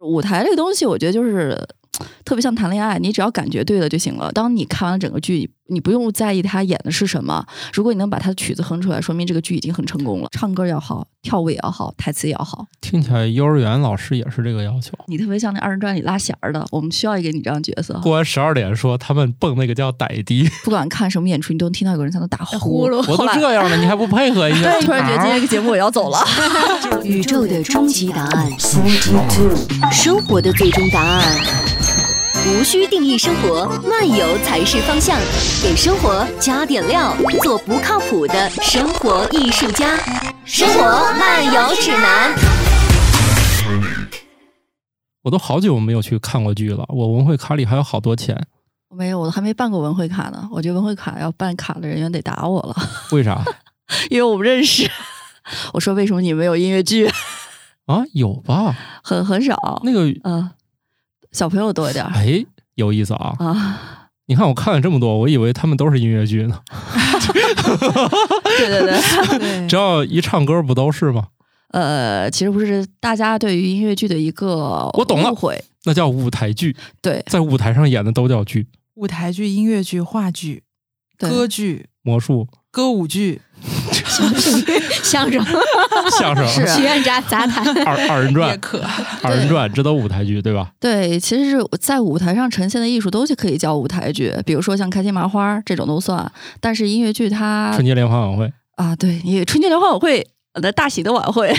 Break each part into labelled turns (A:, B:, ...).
A: 舞台这个东西，我觉得就是特别像谈恋爱，你只要感觉对了就行了。当你看完了整个剧，你不用在意他演的是什么，如果你能把他的曲子哼出来，说明这个剧已经很成功了。唱歌要好，跳舞也要好，台词也要好。
B: 听起来幼儿园老师也是这个要求。
A: 你特别像那二人转里拉弦儿的，我们需要一个你这样的角色。
B: 过完十二点说他们蹦那个叫傣迪，
A: 不管看什么演出，你都能听到有人在那打哎呼噜。
B: 我
A: 后
B: 都
A: 来
B: 这样了，你还不配合一 下？啊
A: 对，突然觉得今天这个节目我要 走了。
C: 宇宙的终极答案，生活的最终答案。无需定义生活，漫游才是方向。给生活加点料，做不靠谱的生活艺术家。生活漫游指南。
B: 我都好久没有去看过剧了。我文汇卡里还有好多钱，
A: 我没有，我还没办过文汇卡呢。我觉得文汇卡要办卡的人员得打我了，
B: 为啥
A: 因为我不认识。 我说为什么你没有音乐剧？
B: 啊？有吧？
A: 很很少。
B: 那个，
A: 嗯，小朋友多一点儿
B: 哎，有意思啊！
A: 啊。
B: 你看我看了这么多，我以为他们都是音乐剧呢。
A: 对对对，
B: 只要一唱歌，不都是吗？
A: 呃，其实不是大家对于音乐剧的一个
B: 我懂了
A: 误会。
B: 那叫舞台剧，
A: 对
B: 在舞台上演的都叫剧，
D: 舞台剧、音乐剧、话剧、
A: 对
D: 歌剧、
B: 魔 术、
D: 歌舞剧，
E: 相声、
B: 啊相声、
A: 是啊
E: 许愿杂杂谈，
B: 二二人
D: 也
B: 转、
D: 可。
B: 二人转，这都舞台剧对吧？
A: 对，其实是在舞台上呈现的艺术都是可以叫舞台剧，比如说像开心麻花这种都算。但是音乐剧它
B: 春节联欢晚会，
A: 啊，对，也春节联欢晚会的大型的晚会。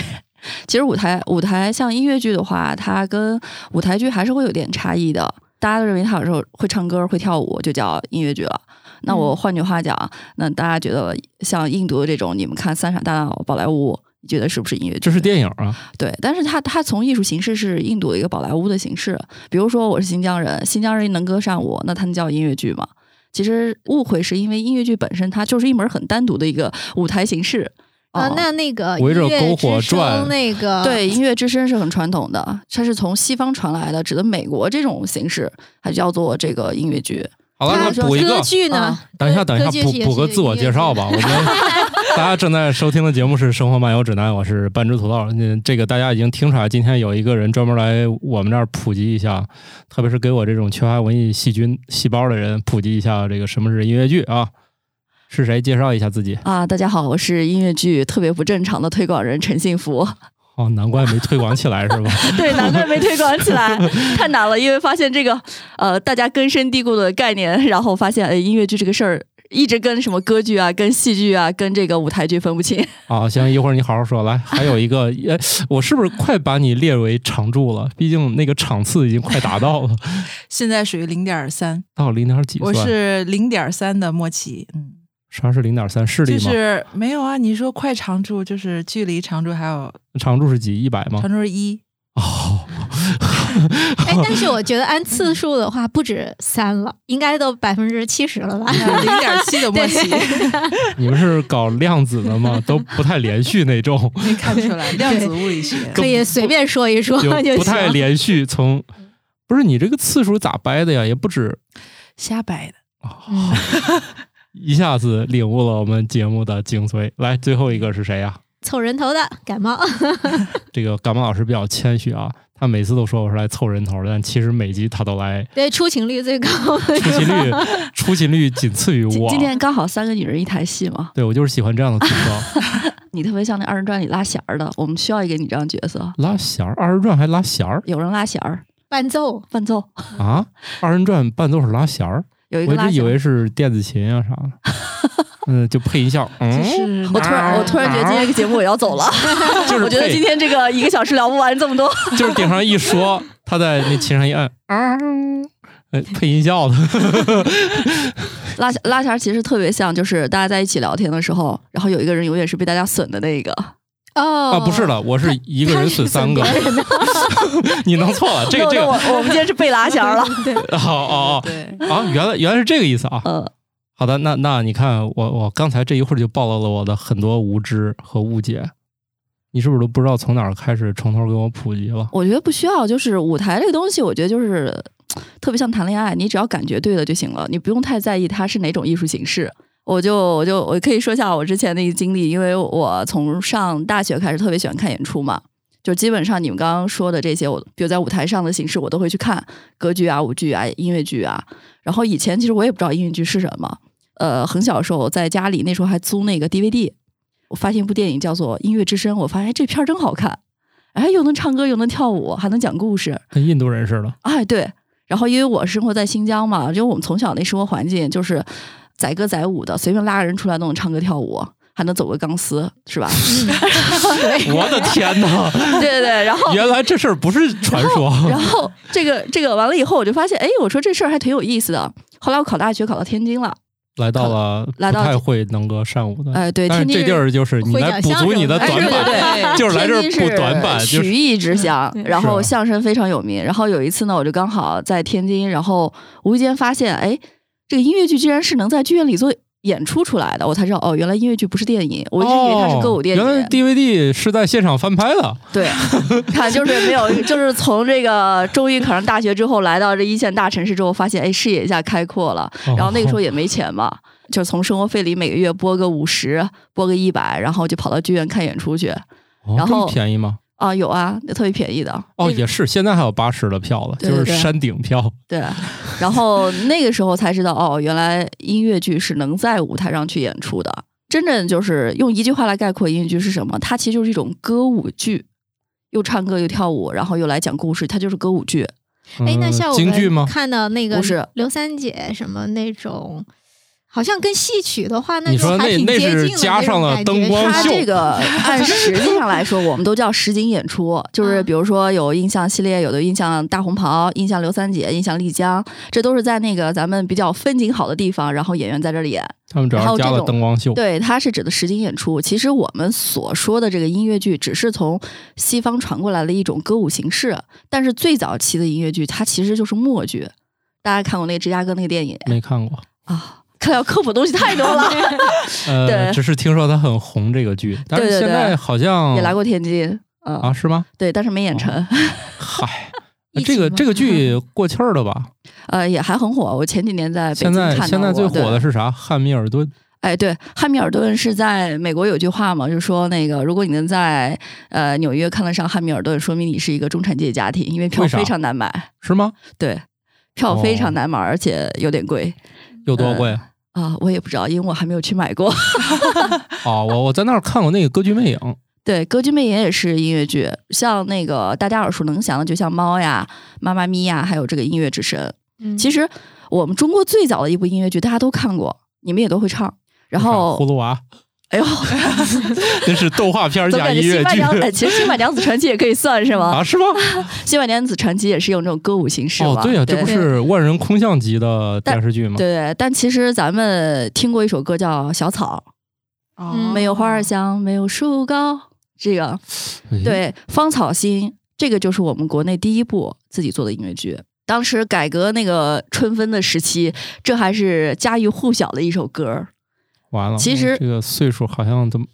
A: 其实舞台舞台像音乐剧的话，它跟舞台剧还是会有点差异的。大家都认为它有时候会唱歌、会跳舞，就叫音乐剧了。那我换句话讲，那大家觉得像印度的这种，你们看《三傻大闹宝莱坞》，你觉得是不是音乐剧？
B: 这是电影啊，
A: 对，但是它它从艺术形式是印度的一个宝莱坞的形式。比如说我是新疆人，新疆人能歌善舞，那他们叫音乐剧嘛？其实误会是因为音乐剧本身它就是一门很单独的一个舞台形式。
E: 啊
A: 哦，
E: 那那个
B: 围着
E: 音乐
B: 篝火
E: 之声
B: 转
E: 那个
A: 对，音乐之声是很传统的，它是从西方传来的，指的美国这种形式，它叫做这个音乐剧。
B: 好了，
E: 它
B: 我补一
E: 歌
B: 个。
E: 剧呢
A: 啊？
B: 等一下，
E: 歌
B: 等一下，
E: 歌剧
B: 补
E: 是也
B: 补
E: 是
B: 个自我
E: 音乐
B: 介绍
E: 剧
B: 吧。我 们大家正在收听的节目是《生活漫游指南》，我是半只土豆。嗯，这个大家已经听出来，今天有一个人专门来我们这儿普及一下，特别是给我这种缺乏文艺细菌细胞的人普及一下这个什么是音乐剧啊？是谁？介绍一下自己。
A: 啊，大家好，我是音乐剧特别不正常的推广人陈幸福。
B: 哦，难怪没推广起来是吧？
A: 对，难怪没推广起来，太难了。因为发现这个呃，大家根深蒂固的概念，然后发现哎，音乐剧这个事儿一直跟什么歌剧啊、跟戏剧啊、跟这个舞台剧分不 清。
B: 啊，行，一会儿你好好说。来，还有一个，哎，我是不是快把你列为常驻了？毕竟那个场次已经快达到了，
D: 现在属于零点三，
B: 到零点几
D: 我
B: 算？
D: 是零点三的末期，嗯，
B: 啥是零点三？视力
D: 就
B: 吗？
D: 是没有啊。你说快常驻就是距离常驻还
A: 啊
D: 有
B: 常驻是几？一百吗
D: 常？驻 是一，
B: 哦，
E: 哎，但是我觉得按次数的话，不止三了，应该都百分之七十了吧？
B: 嗯
D: 零点七的末期，
B: 你们是搞量子的吗？都不太连续那种，
D: 没看出 来量子物理学。
E: 可以随便说一说
B: 就
E: 就
B: 不太
E: 行。
B: 连续。从不是你这个次数咋掰的呀？也不止
D: 瞎掰的。
E: 嗯
B: 一下子领悟了我们节目的精髓。来，最后一个是谁呀、
E: 凑人头的感冒，
B: 这个感冒老师比较谦虚啊，他每次都说我是来凑人头的，但其实每集他都来，
E: 对，出勤率最高的
B: 出勤率出勤率仅次于
A: 今
B: 我
A: 今。天刚好三个女人一台戏嘛，
B: 对我就是喜欢这样的组合，
A: 你特别像那二人转里拉弦儿的，我们需要一个你这样的角色，
B: 拉弦儿，二人转还拉弦儿
A: 有人拉弦儿
E: 伴奏，
A: 伴奏，
B: 啊？二人转伴奏是拉弦儿，
A: 有一
B: 我
A: 个
B: 一
A: 拉
B: 直以
A: 弦儿。
B: 为是电子琴啊啥的， 嗯，就配音效，嗯，
D: 就是
A: 我突然，我突然觉得今天这个节目我要 走了。
B: 就是
A: 我觉得
B: 配
A: 今天这个一个小时聊不完这么多。
B: 就是顶上一说，他在那琴上一按，啊，
A: 嗯
B: 哎，配音效的，
A: 拉弦拉弦儿其实特别像，就是大家在一起聊天的时候，然后有一个人永远是被大家损的那一个。
E: 哦，
B: 啊，不是，的，我是一个人损三个
E: 他，是损别人 的
B: 你弄错了，这
A: 那
B: 个
A: 我
B: 这
A: 那
B: 个，
A: 我我们今天是被拉弦儿了。
B: 哦 哦
D: 对，
B: 哦，啊，原来原来是这个意思啊。
A: 呃，
B: 好的，那那你看，我我刚才这一会儿就暴露了我的很多无知和误解，你是不是都不知道从哪儿开始从头给我普及了？
A: 我觉得不需要，就是舞台这个东西，我觉得就是特别像谈恋爱，你只要感觉对了就行了，你不用太在意它是哪种艺术形式。我就我就我可以说一下我之前的一个经历，因为我从上大学开始特别喜欢看演出嘛，就基本上你们刚刚说的这些，我比如在舞台上的形式，我都会去看歌剧啊、舞剧啊、音乐剧啊。然后以前其实我也不知道音乐剧是什么，呃，很小的时候我在家里那时候还租那个 DVD，我发现一部电影叫做《音乐之声》，我发现哎这片儿真好看，哎又能唱歌又能跳舞，还能讲故事，
B: 跟印度人似的。
A: 哎对。然后因为我生活在新疆嘛，就我们从小那生活环境就是载歌载舞的，随便拉个人出来都能唱歌跳舞，还能走个钢丝，是 吧？
E: 嗯
B: 我的天 哪！
A: 对对对，然后。
B: 原来这事儿不是传说。
A: 然后这个这个完了以后，我就发现，哎，我说这事儿还挺有意思的。后来我考大学考到天津了，
B: 来到了不
A: 呃来到
B: 太会能歌善舞的，
A: 哎，对，
B: 但是
A: 天津
B: 这地儿就是你来补足你的
A: 哎，
B: 短
A: 对对
B: 板，
A: 对，
B: 就是来这儿
A: 天津
B: 补短板，
A: 是
B: 就是嗯
A: 曲艺之乡
E: 对，
A: 然后
B: 是啊
A: 相声非常有名。然后有一次呢，我就刚好在天津，然后无意间发现，哎，这个音乐剧居然是能在剧院里做演出出来的，我才知道哦，原来音乐剧不是电影，我一直以为它是歌舞电影。
B: 哦原来 DVD 是在现场翻拍的，
A: 对，看就是没有，就是从这个终于考上大学之后，来到这一线大城市之后，发现哎视野一下开阔了。
B: 哦
A: 然后那个时候也没钱嘛，就从生活费里每个月拨个五十，拨个一百，然后就跑到剧院看演出去
B: 哦
A: 然后
B: 这么便宜吗？
A: 啊，有啊，特别便宜的。
B: 哦，也是，现在还有八十的票了，
A: 对
B: 就
A: 对
B: 是
A: 对
B: 山顶票。
A: 对，然后那个时候才知道，哦，原来音乐剧是能在舞台上去演出的。真正就是用一句话来概括音乐剧是什么？它其实就是一种歌舞剧，又唱歌又跳舞，然后又来讲故事，它就是歌舞剧。
E: 哎，那
B: 嗯
E: 像我
B: 京剧吗？
E: 们看到那个
A: 不是
E: 刘三姐什么那种，好像跟戏曲的话，那
B: 你
E: 就
B: 说
E: 还
B: 那
E: 挺
B: 那
E: 接近
B: 是
E: 的
B: 加
E: 种
B: 上了
E: 感
B: 灯
E: 觉
B: 光
A: 它
E: 它
B: 秀
A: 这个按实际上来说，我们都叫实景演出，就是比如说有印象系列，有的印象大红袍，印象刘三姐，印象丽江，这都是在那个咱们比较风景好的地方，然后演员在这里演。
B: 他们主要
A: 然
B: 是
A: 后
B: 加
A: 这
B: 了
A: 种
B: 灯光秀，
A: 对，它是指的实景演出。其实我们所说的这个音乐剧，只是从西方传过来的一种歌舞形式。但是最早期的音乐剧，它其实就是默剧。大家看过那个芝加哥那个电影
B: 没看过。
A: 啊？看要科普东西太多 了，
B: 呃，
A: 对
B: 只是听说它很红这个剧，但是
A: 对对
B: 现
A: 对
B: 在好像
A: 也来过天津，嗯，
B: 啊，是哦吗？
A: 对，但是没演成，
B: 嗨
E: 一，起
B: 这个
E: 吗
B: 这个剧过气儿了吧？
A: 呃，也还很火。我前几年 在北京
B: 现
A: 看
B: 在
A: 到
B: 现在最
A: 过
B: 火的
A: 对
B: 是啥？汉密尔顿。
A: 哎，对，汉密尔顿是在美国有句话嘛，就说那个如果你能在呃纽约看得上汉密尔顿，说明你是一个中产阶级家庭，因为票
B: 为啥
A: 非常难买，
B: 是吗？
A: 对，票非
B: 哦
A: 常难买，而且有点贵
B: 有多贵？
A: 啊、我也不知道，因为我还没有去买过。
B: 哦，我我在那儿看过那个《歌剧魅影》，
A: 哦对，《歌剧魅影》也是音乐剧，像那个大家耳熟能详的，就像《猫》呀、《妈妈咪呀》，还有这个《音乐之声》。嗯其
E: 实
A: 实我们中国最早的一部音乐剧，大家都看过，你们也都会唱。然
B: 是吧葫
A: 后，
B: 芦娃，
A: 哎呦，
B: 那是动画片儿
A: 怎么
B: 加
A: 感觉
B: 音乐
A: 新白
B: 剧
A: 娘？哎，其实新白娘子传奇也可以算是吗？
B: 啊，是吗？
A: 新白娘子传奇也 是用这种歌舞形式嘛？
B: 哦，对呀、这
A: 对
B: 不是万人空巷级的电视剧吗？
A: 对对但其实咱们听过一首歌叫《小草》，
D: 哦
E: 嗯
A: 没有花儿香，没有树高，这个
B: 哎，
A: 对《芳草心》，这个就是我们国内第一部自己做的音乐剧。当时改革那个春分的时期，这还是家喻户晓的一首歌儿。
B: 完了，
A: 其实
B: 我这个岁数好像怎么，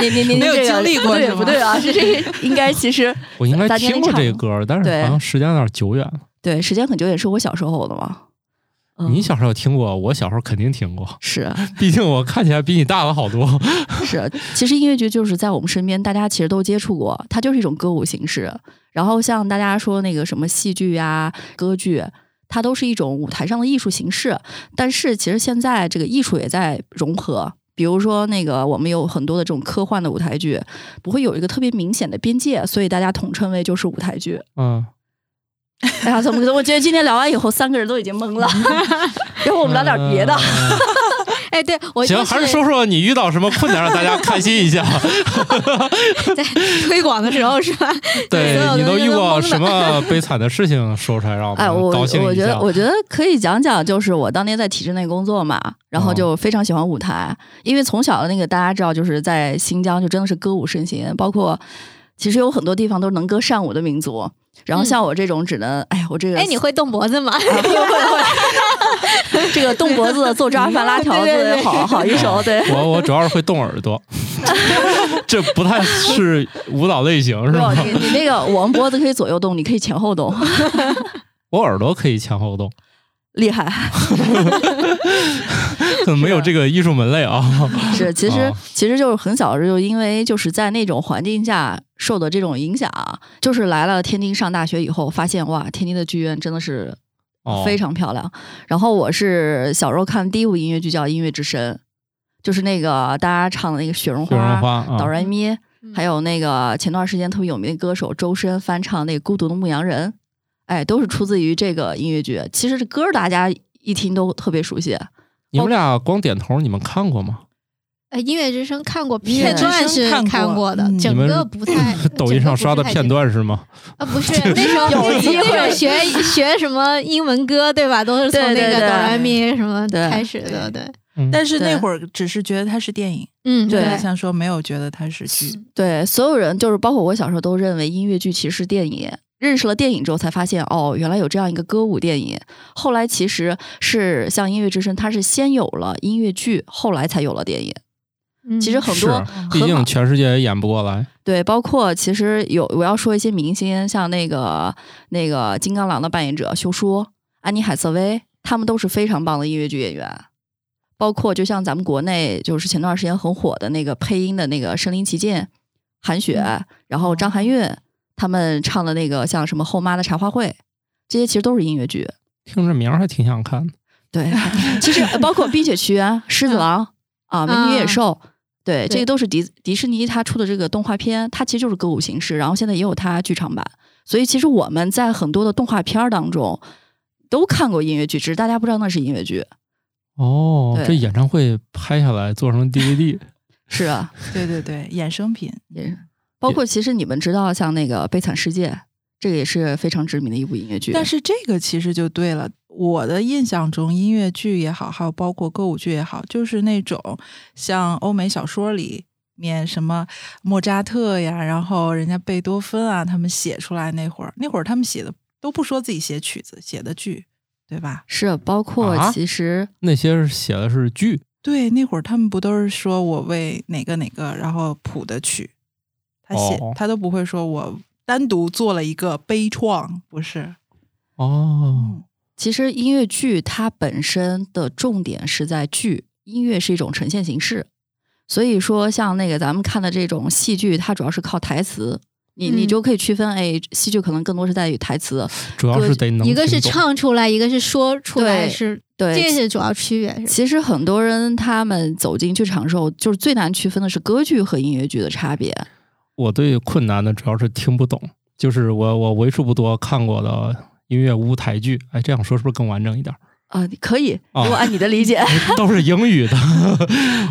A: 你你你
D: 没有
A: 这个
D: 经历
A: 不
D: 过
A: 对
D: 是吗
A: 不对啊？是这个应该其实
B: 我应该
A: 咱今天
B: 听过
A: 唱
B: 这歌，但是
A: 对
B: 好像时间有点久远了。
A: 对时间很久远，是我小时候的嘛。嗯
B: 你小时候有听过，我小时候肯定听过，
A: 是
B: 毕竟我看起来比你大了好多。
A: 是，其实音乐剧就是在我们身边，大家其实都接触过，它就是一种歌舞形式。然后像大家说那个什么戏剧呀、歌剧，它都是一种舞台上的艺术形式。但是其实现在这个艺术也在融合，比如说那个我们有很多的这种科幻的舞台剧，不会有一个特别明显的边界，所以大家统称为就是舞台剧。
B: 嗯，
A: 哎呀，怎么？我觉得今天聊完以后，三个人都已经懵了。 要不我们聊点别的？
B: 嗯
E: 哎，对我就
B: 行，还是说说你遇到什么困难，让大家开心 一下。
E: 在 推广的时候是吧？所有
B: 对
E: 的
B: 你都
E: 人
B: 遇过
E: 懵的
B: 什么悲惨的事情说出来，让我
A: 哎，我
B: 们高兴
A: 我
B: 一
A: 觉
B: 下
A: 得。我觉得可以讲讲，就是我当年在体制内工作嘛，然后就非常喜欢舞台，因为从小的那个大家知道，就是在新疆就真的是歌舞盛行，包括其实有很多地方都是能歌善舞的民族。然后像我这种只能，哎呀，我这个
E: 嗯哎，你会动脖 子吗？
A: 会会会， 这个动脖子、做抓饭、拉条
E: 对对
A: 子
E: 对，
A: 好好一手，对。
B: 啊我我主要是会动耳朵，这不太是舞蹈类型是
A: 不
B: 吗？
A: 你你那个，我们脖子可以左右动，你可以前后动，
B: 我耳朵可以前后动，
A: 厉害。
B: 怎么没有这个艺术门类啊？
A: 是，其实
B: 哦
A: 其实就是很小的时候，因为就是在那种环境下受的这种影响，啊就是来了天津上大学以后，发现哇，天津的剧院真的是
B: 哦，
A: 非常漂亮。然后我是小时候看第一部音乐剧叫《音乐之声》，就是那个大家唱的那个《雪绒
B: 雪绒花
A: 哆
B: 啊，
A: 来咪，
E: 嗯
A: 还有那个前段时间特别有名的歌手周深翻唱那个《孤独的牧羊人》，哎，都是出自于这个音乐剧。其实这歌儿大家一听都特别熟悉，
B: 你们俩光点头，你们看过吗？
E: 呃，音乐之声看过
D: 音乐
E: 片
D: 之
E: 段
D: 声
E: 是
D: 看过
E: 过的，
D: 嗯
E: 整
B: 你们
E: 个不太
B: 抖音上刷的片段是吗？
E: 啊，不是那时候
A: 有机
E: 那时候
A: 会
E: 学学什么英文歌对吧？都是从
A: 对
E: 那
A: 对
E: 个哆
A: 对
E: 来咪什么
A: 对
E: 开始的，对，
B: 嗯
D: 但是那
A: 对
D: 会儿只是觉得它是电影，
E: 嗯，
A: 对
D: 就像说没有觉得它是剧。
A: 对，所有人就是包括我小时候都认为音乐剧其实是电影。认识了电影之后才发现，哦，原来有这样一个歌舞电影。后来其实是像《音乐之声》，它是先有了音乐剧，后来才有了电影。
E: 嗯
A: 其实很
B: 是
A: 多，很
B: 毕
A: 好
B: 竟全世界也演不过来。
A: 对，包括其实有我要说一些明星，像那个那个金刚狼的扮演者休书、安妮海瑟薇，他们都是非常棒的音乐剧演员。包括就像咱们国内就是前段时间很火的那个配音的那个身临其境，韩雪，然后张含韵他们唱的那个像什么后妈的茶话会，这些其实都是音乐剧。
B: 听着名儿还挺想看的，
A: 对，其实呃包括《冰雪奇缘》《狮子王》啊，《美女与野兽》，对，这
E: 对
A: 个都是迪迪士尼它出的这个动画片，它其实就是歌舞形式，然后现在也有它剧场版。所以其实我们在很多的动画片儿当中都看过音乐剧，只是大家不知道那是音乐剧。
B: 哦，
A: 对
B: 这演唱会拍下来做成 DVD，
A: 是啊，
D: 对对对，衍生品。
A: 也是包括其实你们知道，像那个《悲惨世界》，这个也是非常知名的一部音乐剧。
D: 但是这个其实就对了。我的印象中，音乐剧也好，还有包括歌舞剧也好，就是那种像欧美小说里面什么莫扎特呀，然后人家贝多芬啊，他们写出来那会儿，那会儿他们写的都不说自己写曲子，写的剧，对吧？
A: 是包括
B: 啊
A: 其实、
B: 那些是写的是剧
D: 对，那会儿他们不都是说我为哪个哪个，然后谱的曲，他写、
B: 哦
D: 他都不会说我单独做了一个悲怆，不是？
B: 哦。
D: 嗯，
A: 其实音乐剧它本身的重点是在剧，音乐是一种呈现形式。所以说，像那个咱们看的这种戏剧，它主要是靠台词，你你
E: 嗯
A: 就可以区分，哎，戏剧可能更多是在于台词，
B: 主要是得能
E: 一个是
B: 听懂
E: 唱出来，一个是说出来，
A: 对
E: 是
A: 对
E: 这是主要区别。是吧
A: 其实很多人他们走进剧场的时候，就是最难区分的是歌剧和音乐剧的差别。
B: 我对困难的主要是听不懂，就是我我为数不多看过的音乐舞台剧，哎，这样说是不是更完整一点儿？
A: 啊，你可以，
B: 啊
A: 如果按你的理解，
B: 都是英语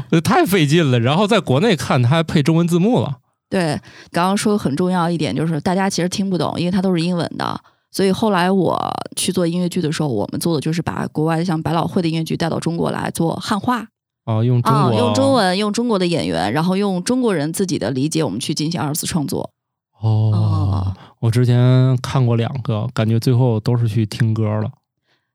B: 的， 太费劲了。然后在国内看，它还配中文字幕了。
A: 对，刚刚说很重要一点就是大家其实听不懂，因为它都是英文的。所以后来我去做音乐剧的时候，我们做的就是把国外像百老汇的音乐剧带到中国来做汉化
B: 哦，用中
A: 啊、
B: 国，
A: 用中文，用中国的演员，然后用中国人自己的理解，我们去进行二次创作。
B: 哦
A: 哦。
B: 我之前看过两个，感觉最后都是去听歌了。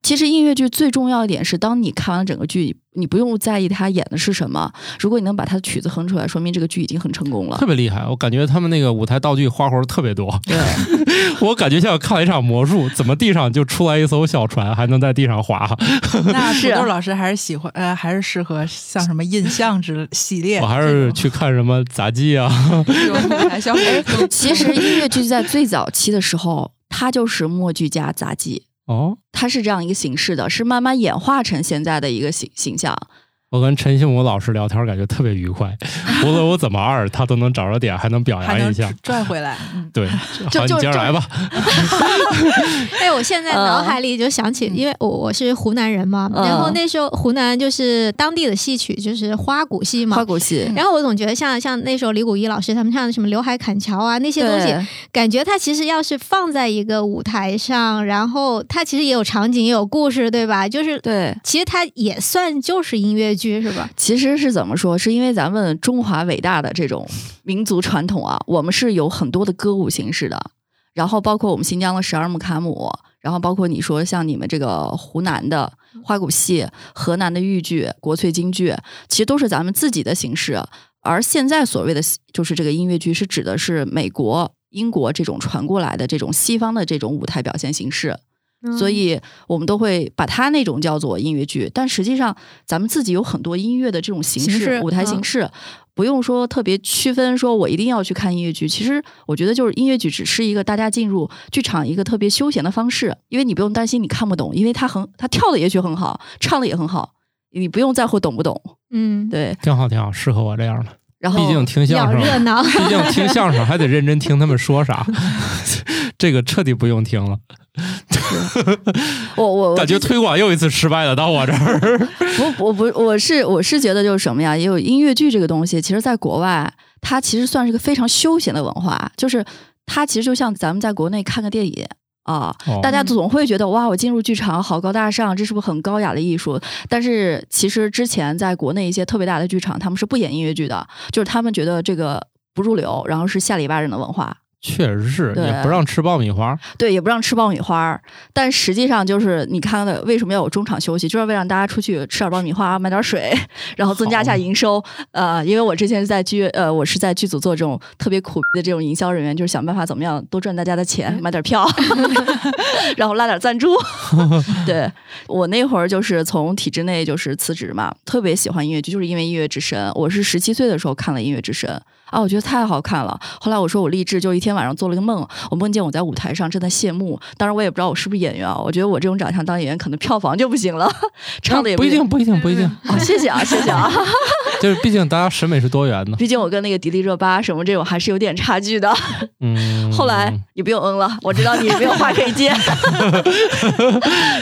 A: 其实音乐剧最重要一点是，当你看完整个剧，你不用在意他演的是什么，如果你能把他的曲子哼出来，说明这个剧已经很成功了
B: 特。别厉害，我感觉他们那个舞台道具花活特别多，
A: 对，
B: 我感觉像看了一场魔术，怎么地上就出来一艘小船，还能在地上滑，
D: 那土
A: 是啊
D: 豆老师还是喜欢，呃，还是适合像什么印象之系列。
B: 我还是去看什么杂技啊，
D: 这种舞 台消费。
A: 其实音乐剧在最早期的时候，它就是默剧加杂技。
B: 哦，
A: 它是这样一个形式的，是慢慢演化成现在的一个形形象。
B: 我跟陈信武老师聊天感觉特别愉快，无论我怎么二，他都能找着点，还能表
D: 还
B: 扬
D: 能
B: 一下。
D: 赚 回来，嗯，
B: 对，
A: 就
B: 好，你
A: 就
B: 接着
A: 就
B: 来吧。
E: 哎，我现在
A: 嗯
E: 脑海里就想起，因为我我是湖南人嘛，
A: 嗯
E: 然后那时候湖南就是当地的戏曲就是花鼓戏
A: 花
E: 嘛。
A: 鼓戏，
E: 然后我总觉得像像那时候李谷一老师他们唱的什么《刘海砍樵》啊那些东西，
A: 对
E: 感觉它其实要是放在一个舞台上，然后它其实也有场景，也有故事，对吧？就是
A: 对，
E: 其实它也算就是音乐剧，是吧？
A: 其实是怎么说？是因为咱们中华伟大的这种民族传统啊，我们是有很多的歌舞形式的，然后包括我们新疆的十二木卡姆，然后包括你说像你们这个湖南的花鼓戏、河南的豫剧、国粹京剧，其实都是咱们自己的形式。而现在所谓的就是这个音乐剧，是指的是美国、英国这种传过来的这种西方的这种舞台表现形式。
E: 嗯
A: 所以我们都会把它那种叫做音乐剧。但实际上，咱们自己有很多音乐的这种形式，
E: 形式嗯
A: 舞台形式，不用说特别区分，说我一定要去看音乐剧。其实我觉得，就是音乐剧只是一个大家进入剧场一个特别休闲的方式，因为你不用担心你看不懂，因为他很他跳的也许很好，唱的也很好，你不用在乎懂不懂。
E: 嗯，
A: 对，
B: 挺好，挺好，适合我这样的。
A: 然后
B: 毕竟听
E: 比
B: 相
E: 较
B: 声，
E: 热闹。
B: 毕竟听相声还得认真听他们说 啥，这个彻底不用听了。
A: 我我我
B: 感觉推广又一次失败了，到我这儿。
A: 不，我不，我是我是觉得就是什么呀，也有音乐剧这个东西，其实在国外，它其实算是一个非常休闲的文化，就是它其实就像咱们在国内看个电影。啊、
B: 哦
A: 大家总会觉得哇，我进入剧场好高大上，这是不是很高雅的艺术？但是其实之前在国内一些特别大的剧场，他们是不演音乐剧的，就是他们觉得这个不入流，然后是下里巴人的文化。
B: 确实是，
A: 对
B: 也不让吃爆米花。
A: 对，也不让吃爆米花儿，但实际上就是你看的，为什么要有中场休息？就是为了让大家出去吃点爆米花，买点水，然后增加一下
B: 好
A: 营收。呃，因为我之前是在剧呃，我是在剧组做这种特别苦逼的这种营销人员，就是想办法怎么样多赚大家的钱，买点票， 然后拉点赞助。 对我那会儿就是从体制内就是辞职嘛，特别喜欢音乐剧，就是因为《音乐之声》，我是十七岁的时候看了《音乐之声》。啊，我觉得太好看了。后来我说我励志，就一天晚上做了个梦，我梦见我在舞台上正在谢幕。当然我也不知道我是不是演员啊，我觉得我这种长相当演员可能票房就不行了， 唱的也
B: 不一
A: 行
B: 定，不一定，不一定，
A: 啊。谢谢啊，谢谢啊，
B: 就是毕竟大家审美是多元的。
A: 毕竟我跟那个迪丽热巴什么这种还是有点差距的。
B: 嗯，
A: 后来你不用嗯了，我知道你没有话可以接。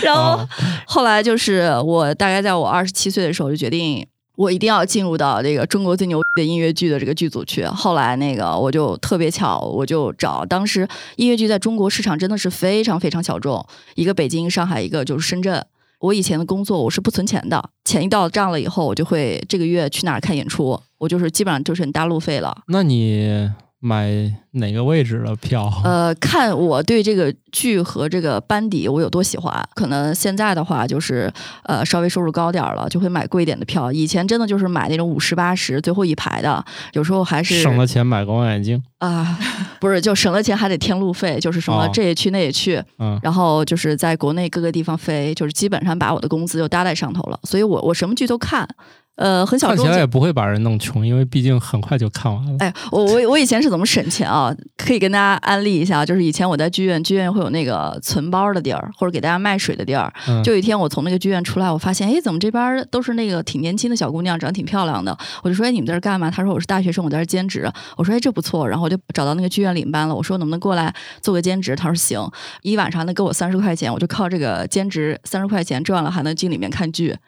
A: 然后
B: 啊
A: 后来就是我大概在我二十七岁的时候就决定。我一定要进入到这个中国最牛逼的音乐剧的这个剧组去。后来那个我就特别巧，我就找当时音乐剧在中国市场真的是非常非常小众，一个北京、上海，一个就是深圳。我以前的工作我是不存钱的，钱一到账了以后，我就会这个月去哪儿看演出，我就是基本上就是搭路费了。
B: 那你买哪个位置的票？
A: 呃，看我对这个剧和这个班底我有多喜欢。可能现在的话就是，呃，稍微收入高点儿了，就会买贵一点的票。以前真的就是买那种五十八十最后一排的，有时候还是
B: 省了钱买个望远镜。
A: 啊、 不是就省了钱还得添路费，就是什么
B: 哦
A: 这也去那也去，
B: 嗯，
A: 然后就是在国内各个地方飞，就是基本上把我的工资就搭在上头了。所以我我什么剧都看，呃，很小
B: 看起
A: 众
B: 来
A: 就
B: 也不会把人弄穷，因为毕竟很快就看 完了。
A: 哎，我我我以前是怎么省钱啊？可以跟大家安利一下，啊就是以前我在剧院，剧院会有那个存包的地儿，或者给大家卖水的地儿。
B: 嗯
A: 就有一天我从那个剧院出来，我发现，哎，怎么这边儿都是那个挺年轻的小姑娘，长得挺漂亮的？我就说，哎，你们在这儿干嘛？她说我是大学生，我在这儿兼职。我说，哎，这不错。然后我就找到那个剧院领班了，我说能不能过来做个兼职？她说行。一晚上能给我三十块钱，我就靠这个兼职三十块钱赚了，还能进里面看剧。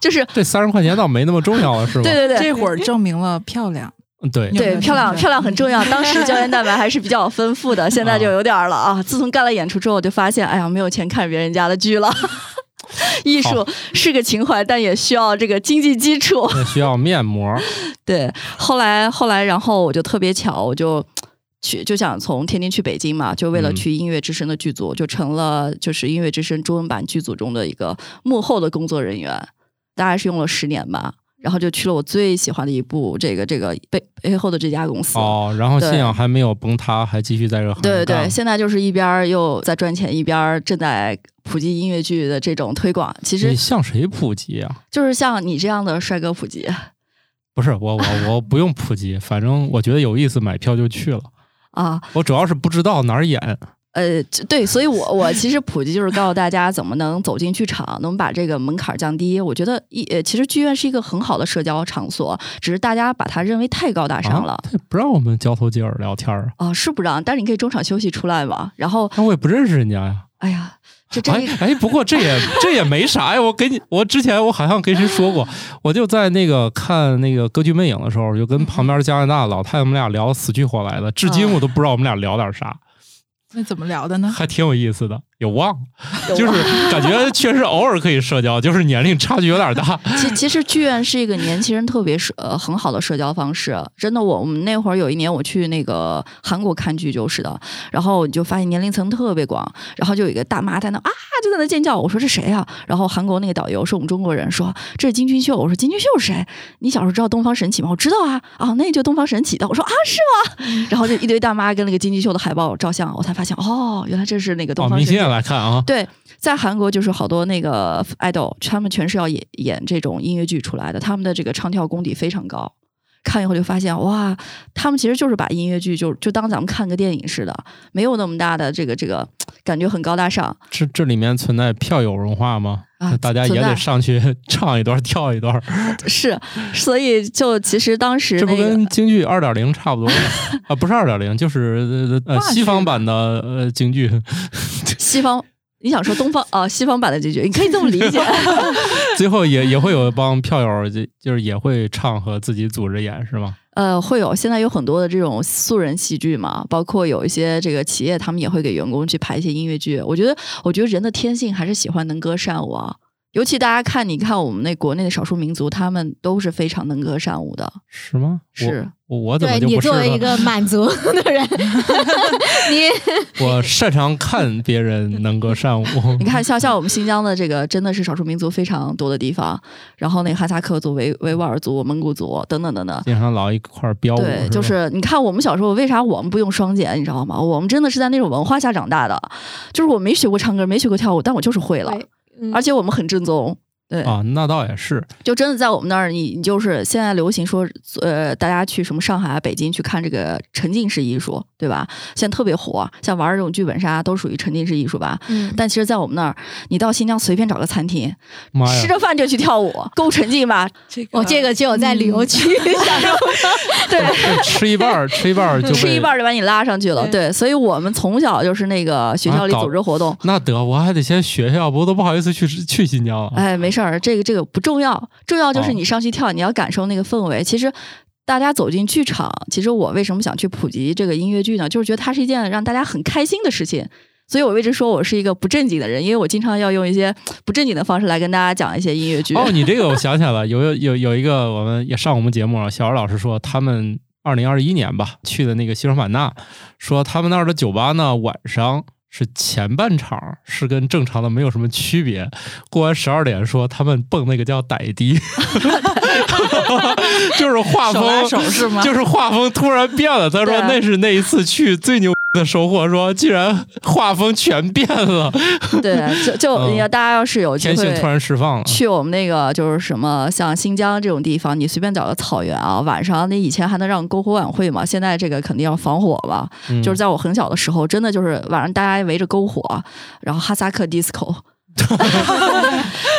A: 就是
B: 这三十块钱倒没那么重要了，是吧？
A: 对对对，
D: 这会儿证明了漂亮，
B: 嗯对
D: 有没
A: 对，
D: 有
A: 漂亮
D: 成
A: 漂亮很重要。当时胶原蛋白还是比较丰富的，现在就有点儿了啊。自从干了演出之后，我就发现，哎呀，没有钱看别人家的剧了。 艺术
B: 好
A: 是个情怀，但也需要这个经济基础。
B: 那需要面 膜。
A: 对，后来后来，然后我就特别巧，我就去就想从天津去北京嘛，就为了
B: 嗯
A: 去音乐之声的剧组，就成了就是音乐之声中文版剧组中的一个幕后的工作人员，大概是用了十年吧。然后就去了我最喜欢的一部这个这个背背后的这家公司
B: 哦，然后
A: 对
B: 信仰还没有崩塌，还继续在这个行业
A: 对对对，
B: 干
A: 现在就是一边儿又在赚钱，一边儿正在普及音乐剧的这种推广。其实
B: 你向谁普及啊？
A: 就是像你这样的帅哥普及
B: 不是我我我不用普及，反正我觉得有意思，买票就去了。
A: 啊，
B: 我主要是不知道哪儿演，
A: 呃，这对，所以我我其实普及就是告诉大家怎么能走进剧场，能把这个门槛儿降低。我觉得一呃，其实剧院是一个很好的社交场所，只是大家把它认为太高大上了
B: 啊、。他也不让我们交头接耳聊天儿啊，
A: 啊、是不让，但是你可以中场休息出来嘛。然后，
B: 那我也不认识人家呀。
A: 哎呀，这这
B: 哎哎，不过 这也这也没啥呀。我给你，我之前我好像跟谁说过，我就在那个看那个歌剧魅影的时候，就跟旁边加拿大老太太们俩聊死去活来的，至今
A: 啊
B: 我都不知道我们俩聊点啥，
D: 那怎么聊 的呢？
B: 还挺有意思的，也忘了。
A: 嗯有
B: 就是感觉确实偶尔可以社交，就是年龄差距有 点大。啊
A: 其其实剧院是一个年轻人特别社呃很好的社交方式，真的我。我们那会儿有一年我去那个韩国看剧就是的，然后你就发现年龄层特别广，然后就有一个大妈在那啊就在那尖叫，我说这谁呀、然后韩国那个导游是我们中国人，说这是金俊秀，我说金俊秀是谁？你小时候知道东方神起吗？我知道啊，啊那就东方神起的，我说啊 是吗？然后就一堆大妈跟那个金俊秀的海报照相，我才发现哦原来这是那个东
B: 哦，
A: 方
B: 明
A: 神起
B: 星
A: 的、
B: 面来看啊，
A: 对，在韩国就是好多那个 idol，他们全是要演演这种音乐剧出来的，他们的这个唱跳功底非常高。看以后就发现，哇，他们其实就是把音乐剧就就当咱们看个电影似的，没有那么大的这个这个感觉很高大上。
B: 这这里面存在票友文化吗？
A: 啊
B: 大家也
A: 存在
B: 得上去 唱一段、跳一段，
A: 是，所以就其实当时
B: 这不
A: 那个
B: 跟京剧二点零差不 多吗？啊，不是二点零，就是呃呃
D: 话剧
B: 西方版的呃京剧，
A: 西方，你想说东方 啊、西方版的这句，你可以这么理解。
B: 最后也也会有一帮票友，就就是也会唱和自己组织演是吗？
A: 呃，会有现在有很多的这种素人戏剧嘛，包括有一些这个企业，他们也会给员工去排一些音乐剧。我觉得，我觉得人的天性还是喜欢能歌善舞啊。尤其大家看，你看我们那国内的少数民族，他们都是非常能歌善舞的。
B: 是吗？我
A: 是
B: 我我怎么
E: 对
B: 就
E: 你
B: 不是
E: 作为一
B: 了？
E: 个 满族的人，你
B: 我擅长看别人能歌善舞。
A: 你看，像像我们新疆的这个，真的是少数民族非常多的地方。然后那个哈萨克族、维维吾尔族、蒙古族等等等等，
B: 经常老一块儿飙舞，
A: 对，就
B: 吧
A: 是你看我们小时候为啥我们不用双减，你知道吗？我们真的是在那种文化下长大的，就是我没学过唱歌，没学过跳舞，但我就是会了，
E: 对嗯
A: 而且我们很正宗。对，
B: 啊，那倒也是，
A: 就真的在我们那儿，你你就是现在流行说，呃，大家去什么上海、北京去看这个沉浸式艺术，对吧？现在特别火，像玩儿这种剧本杀都属于沉浸式艺术吧。
E: 嗯
A: 但其实，在我们那儿，你到新疆随便找个餐厅，
B: 妈
A: 吃
B: 呀！
A: 着饭就去跳舞，够沉浸吧？嗯
D: 这个
E: 我 这个只有在旅游区 享受。
B: 这 吃一半儿，吃一半儿 就
A: 吃一
B: 被
A: 半儿就把你拉上去了。对，所以我们从小就是那个学校里
B: 啊搞
A: 组织活动，
B: 那得我还得先学学，我都不好意思去去新疆了。
A: 哎，没事儿，这个这个不重要，重要
B: 哦
A: 就是你上去跳，你要感受那个氛围。其实大家走进剧场，其实我为什么想去普及这个音乐剧呢？就是觉得它是一件让大家很开心的事情。所以我一直说我是一个不正经的人，因为我经常要用一些不正经的方式来跟大家讲一些音乐剧。
B: 哦，你 这个我想起来了，有有有有一个我们也上我们节目了，小姚老师说他们二零二一年吧去的那个西双版纳，说他们那儿的酒吧呢晚上。是前半场是跟正常的没有什么区别，过完十二点说他们蹦那个叫 傣迪，就是画
D: 手拉
B: 风
D: 手是吗？
B: 就是画风突然变了。他
A: 对
B: 说
A: 啊
B: 那是那一次去最牛的收获，说竟然画风全变了，
A: 对，就就
B: 嗯
A: 你要大家要是有机
B: 天性突
A: 会。
B: 然释放了。
A: 去我们那个就是什么，像新疆这种地方，你随便找个草原啊，晚上那以前还能让篝火晚会嘛，现在这个肯定要防火吧。
B: 嗯
A: 就是在我很小的时候，真的就是晚上大家围着篝火，然后哈萨克 disco。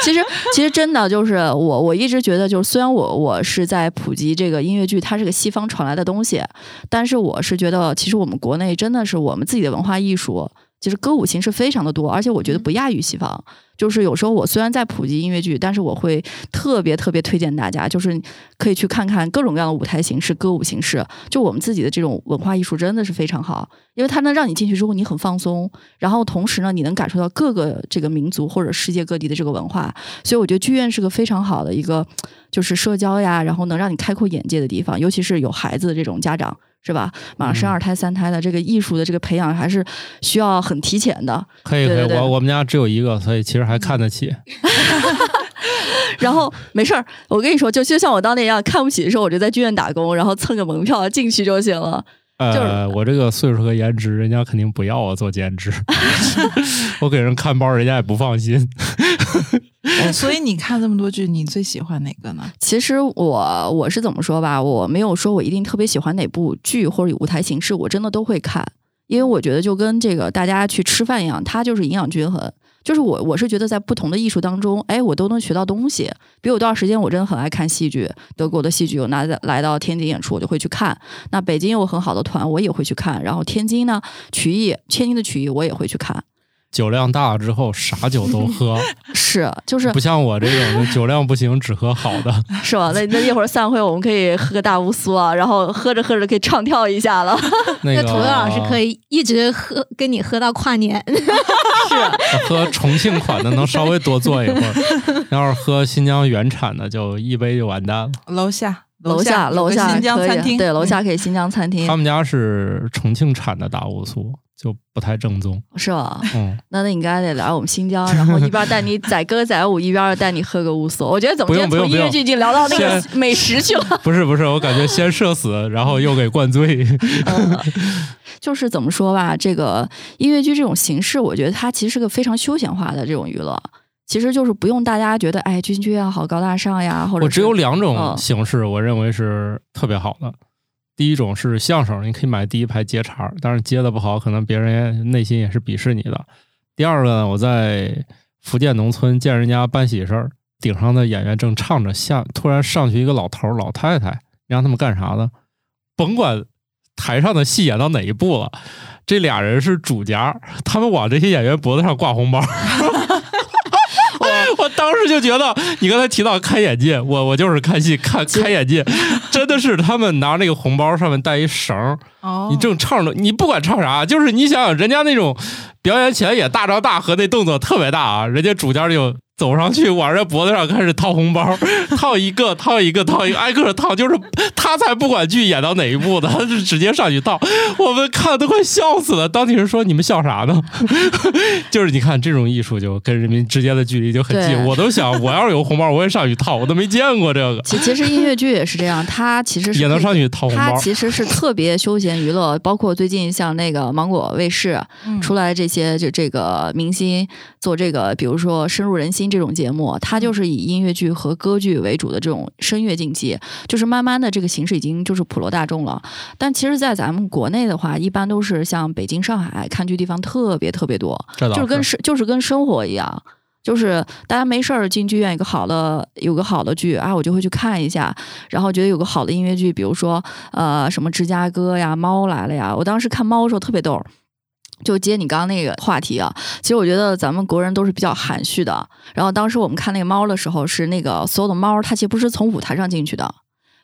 A: 其实，其实真的就是我，我一直觉得，就是虽然我我是在普及这个音乐剧，它是个西方传来的东西，但是我是觉得，其实我们国内真的是我们自己的文化艺术，其实歌舞形式非常的多，而且我觉得不亚于西方。就是有时候我虽然在普及音乐剧，但是我会特别特别推荐大家，就是可以去看看各种各样的舞台形式、歌舞形式。就我们自己的这种文化艺术真的是非常好，因为它能让你进去之后你很放松，然后同时呢你能感受到各个这个民族或者世界各地的这个文化。所以我觉得剧院是个非常好的一个就是社交呀，然后能让你开阔眼界的地方，尤其是有孩子的这种家长。是吧？马上生
B: 嗯
A: 二胎、三胎的，这个艺术的这个培养还是需要很提前的。
B: 可以可
A: 对对
B: 以，
A: 对
B: 我我们家只有一个，所以其实还看得起。
A: 然后没事儿，我跟你说，就就像我当年一样，看不起的时候，我就在剧院打工，然后蹭个门票进去就行了。
B: 呃，
A: 就
B: 我这个岁数和颜值，人家肯定不要我做兼职。 我给人看包，人家也不放心。
D: 哎所以你看这么多剧，你最喜欢哪个呢？
A: 其实我我是怎么说吧，我没有说我一定特别喜欢哪部剧或者舞台形式，我真的都会看，因为我觉得就跟这个大家去吃饭一样，它就是营养均衡。就是我，我是觉得在不同的艺术当中，哎，我都能学到东西。比如有段时间我真的很爱看戏剧，德国的戏剧，我拿来到天津演出，我就会去看。那北京有很好的团，我也会去看。然后天津呢，曲艺，天津的曲艺我也会去看。
B: 酒量大了之后，啥酒都喝，
A: 是，就是
B: 不像我这种酒量不行，只喝好的。
A: 是吧？那那一会儿散会，我们可以喝个大乌苏啊，然后喝着喝着可以唱跳一下了。
B: 那个
E: 那土豆老师可
B: 以
E: 以一直喝，跟你喝到跨年。
B: 喝重庆款的，能稍微多坐一会儿。要是喝新疆原产的，就一杯就完蛋了。
D: 楼下，
A: 楼
D: 下，
A: 楼
D: 有个
A: 下
D: 新疆
A: 可
D: 餐
A: 以，
D: 厅，嗯
A: 哎对，楼下可以新疆餐厅
B: 他。们家是重庆产的大乌苏，就不太正宗。
A: 是吧？
B: 嗯，
A: 那那你应该得来我们新疆，然后一边带 你载歌载舞，一边带你喝个乌索。我觉得怎么
B: 不
A: 今
B: 用
A: 天从
B: 不用
A: 音乐剧已经聊到那个
B: 先
A: 美食去了？
B: 不是不是，我感觉先社死，然后又给灌醉。
A: 嗯，就是怎么说吧，这个音乐剧这种形式，我觉得它其实是个非常休闲化的这种娱乐，其实就是不用大家觉得哎，军剧院好高大上呀，或者
B: 我只有
A: 是
B: 两种
A: 嗯
B: 形式，我认为是特别好的。第一种是相声，你可以买第一排接茬儿，但是接的不好，可能别人也内心也是鄙视你的。第二个呢，我在福建农村见人家办喜事儿，顶上的演员正唱着，下突然上去一个老头儿老太太，你让他们干啥呢？甭管台上的戏演到哪一步了，这俩人是主家，他们往这些演员脖子上挂红包。 我我当时就觉得，你刚才提到开眼界，我我就是看戏看开眼界，真的是他们拿那个红包上面带一绳儿，
D: 哦，
B: 你正唱着，你不管唱啥，就是你想想人家那种表演前也大张大合，那动作特别大啊，人家主家就走上去往人家脖子上开始套红包， 套一个套一个套一个，挨个儿套，就是他才不管剧演到哪一步的，他 是直接上去套，我们看的都快笑死了。当地人说你们笑啥呢？ 就是你看这种艺术就跟人民之间的距离就很近，
A: 对
B: 我都想我要是有红包我也上去套，我都没见过这个，
A: 其其实音乐剧也是这样，它其实是
B: 也能
A: 可以
B: 上去套红
A: 它
B: 包。
A: 其实是特别休闲娱乐，包括最近像那个芒果卫视
D: 嗯
A: 出来这些这这个明星做这个，比如说深入人心这种节目，它就是以音乐剧和歌剧为主的这种声乐竞技，就是慢慢的这个形式已经就是普罗大众了。但其实，在咱们国内的话，一般都是像北京、上海看剧地方特别特别多，
B: 这倒
A: 就是跟
B: 是
A: 生就是跟生活一样，就是大家没事儿进剧院有个好的有个好的剧啊，我就会去看一下，然后觉得有个好的音乐剧，比如说呃什么芝加哥呀、猫来了呀，我当时看猫的时候特别逗。就接你刚刚那个话题啊，其实我觉得咱们国人都是比较含蓄的。然后当时我们看那个猫的时候，是那个所有的猫，它其实不是从舞台上进去的，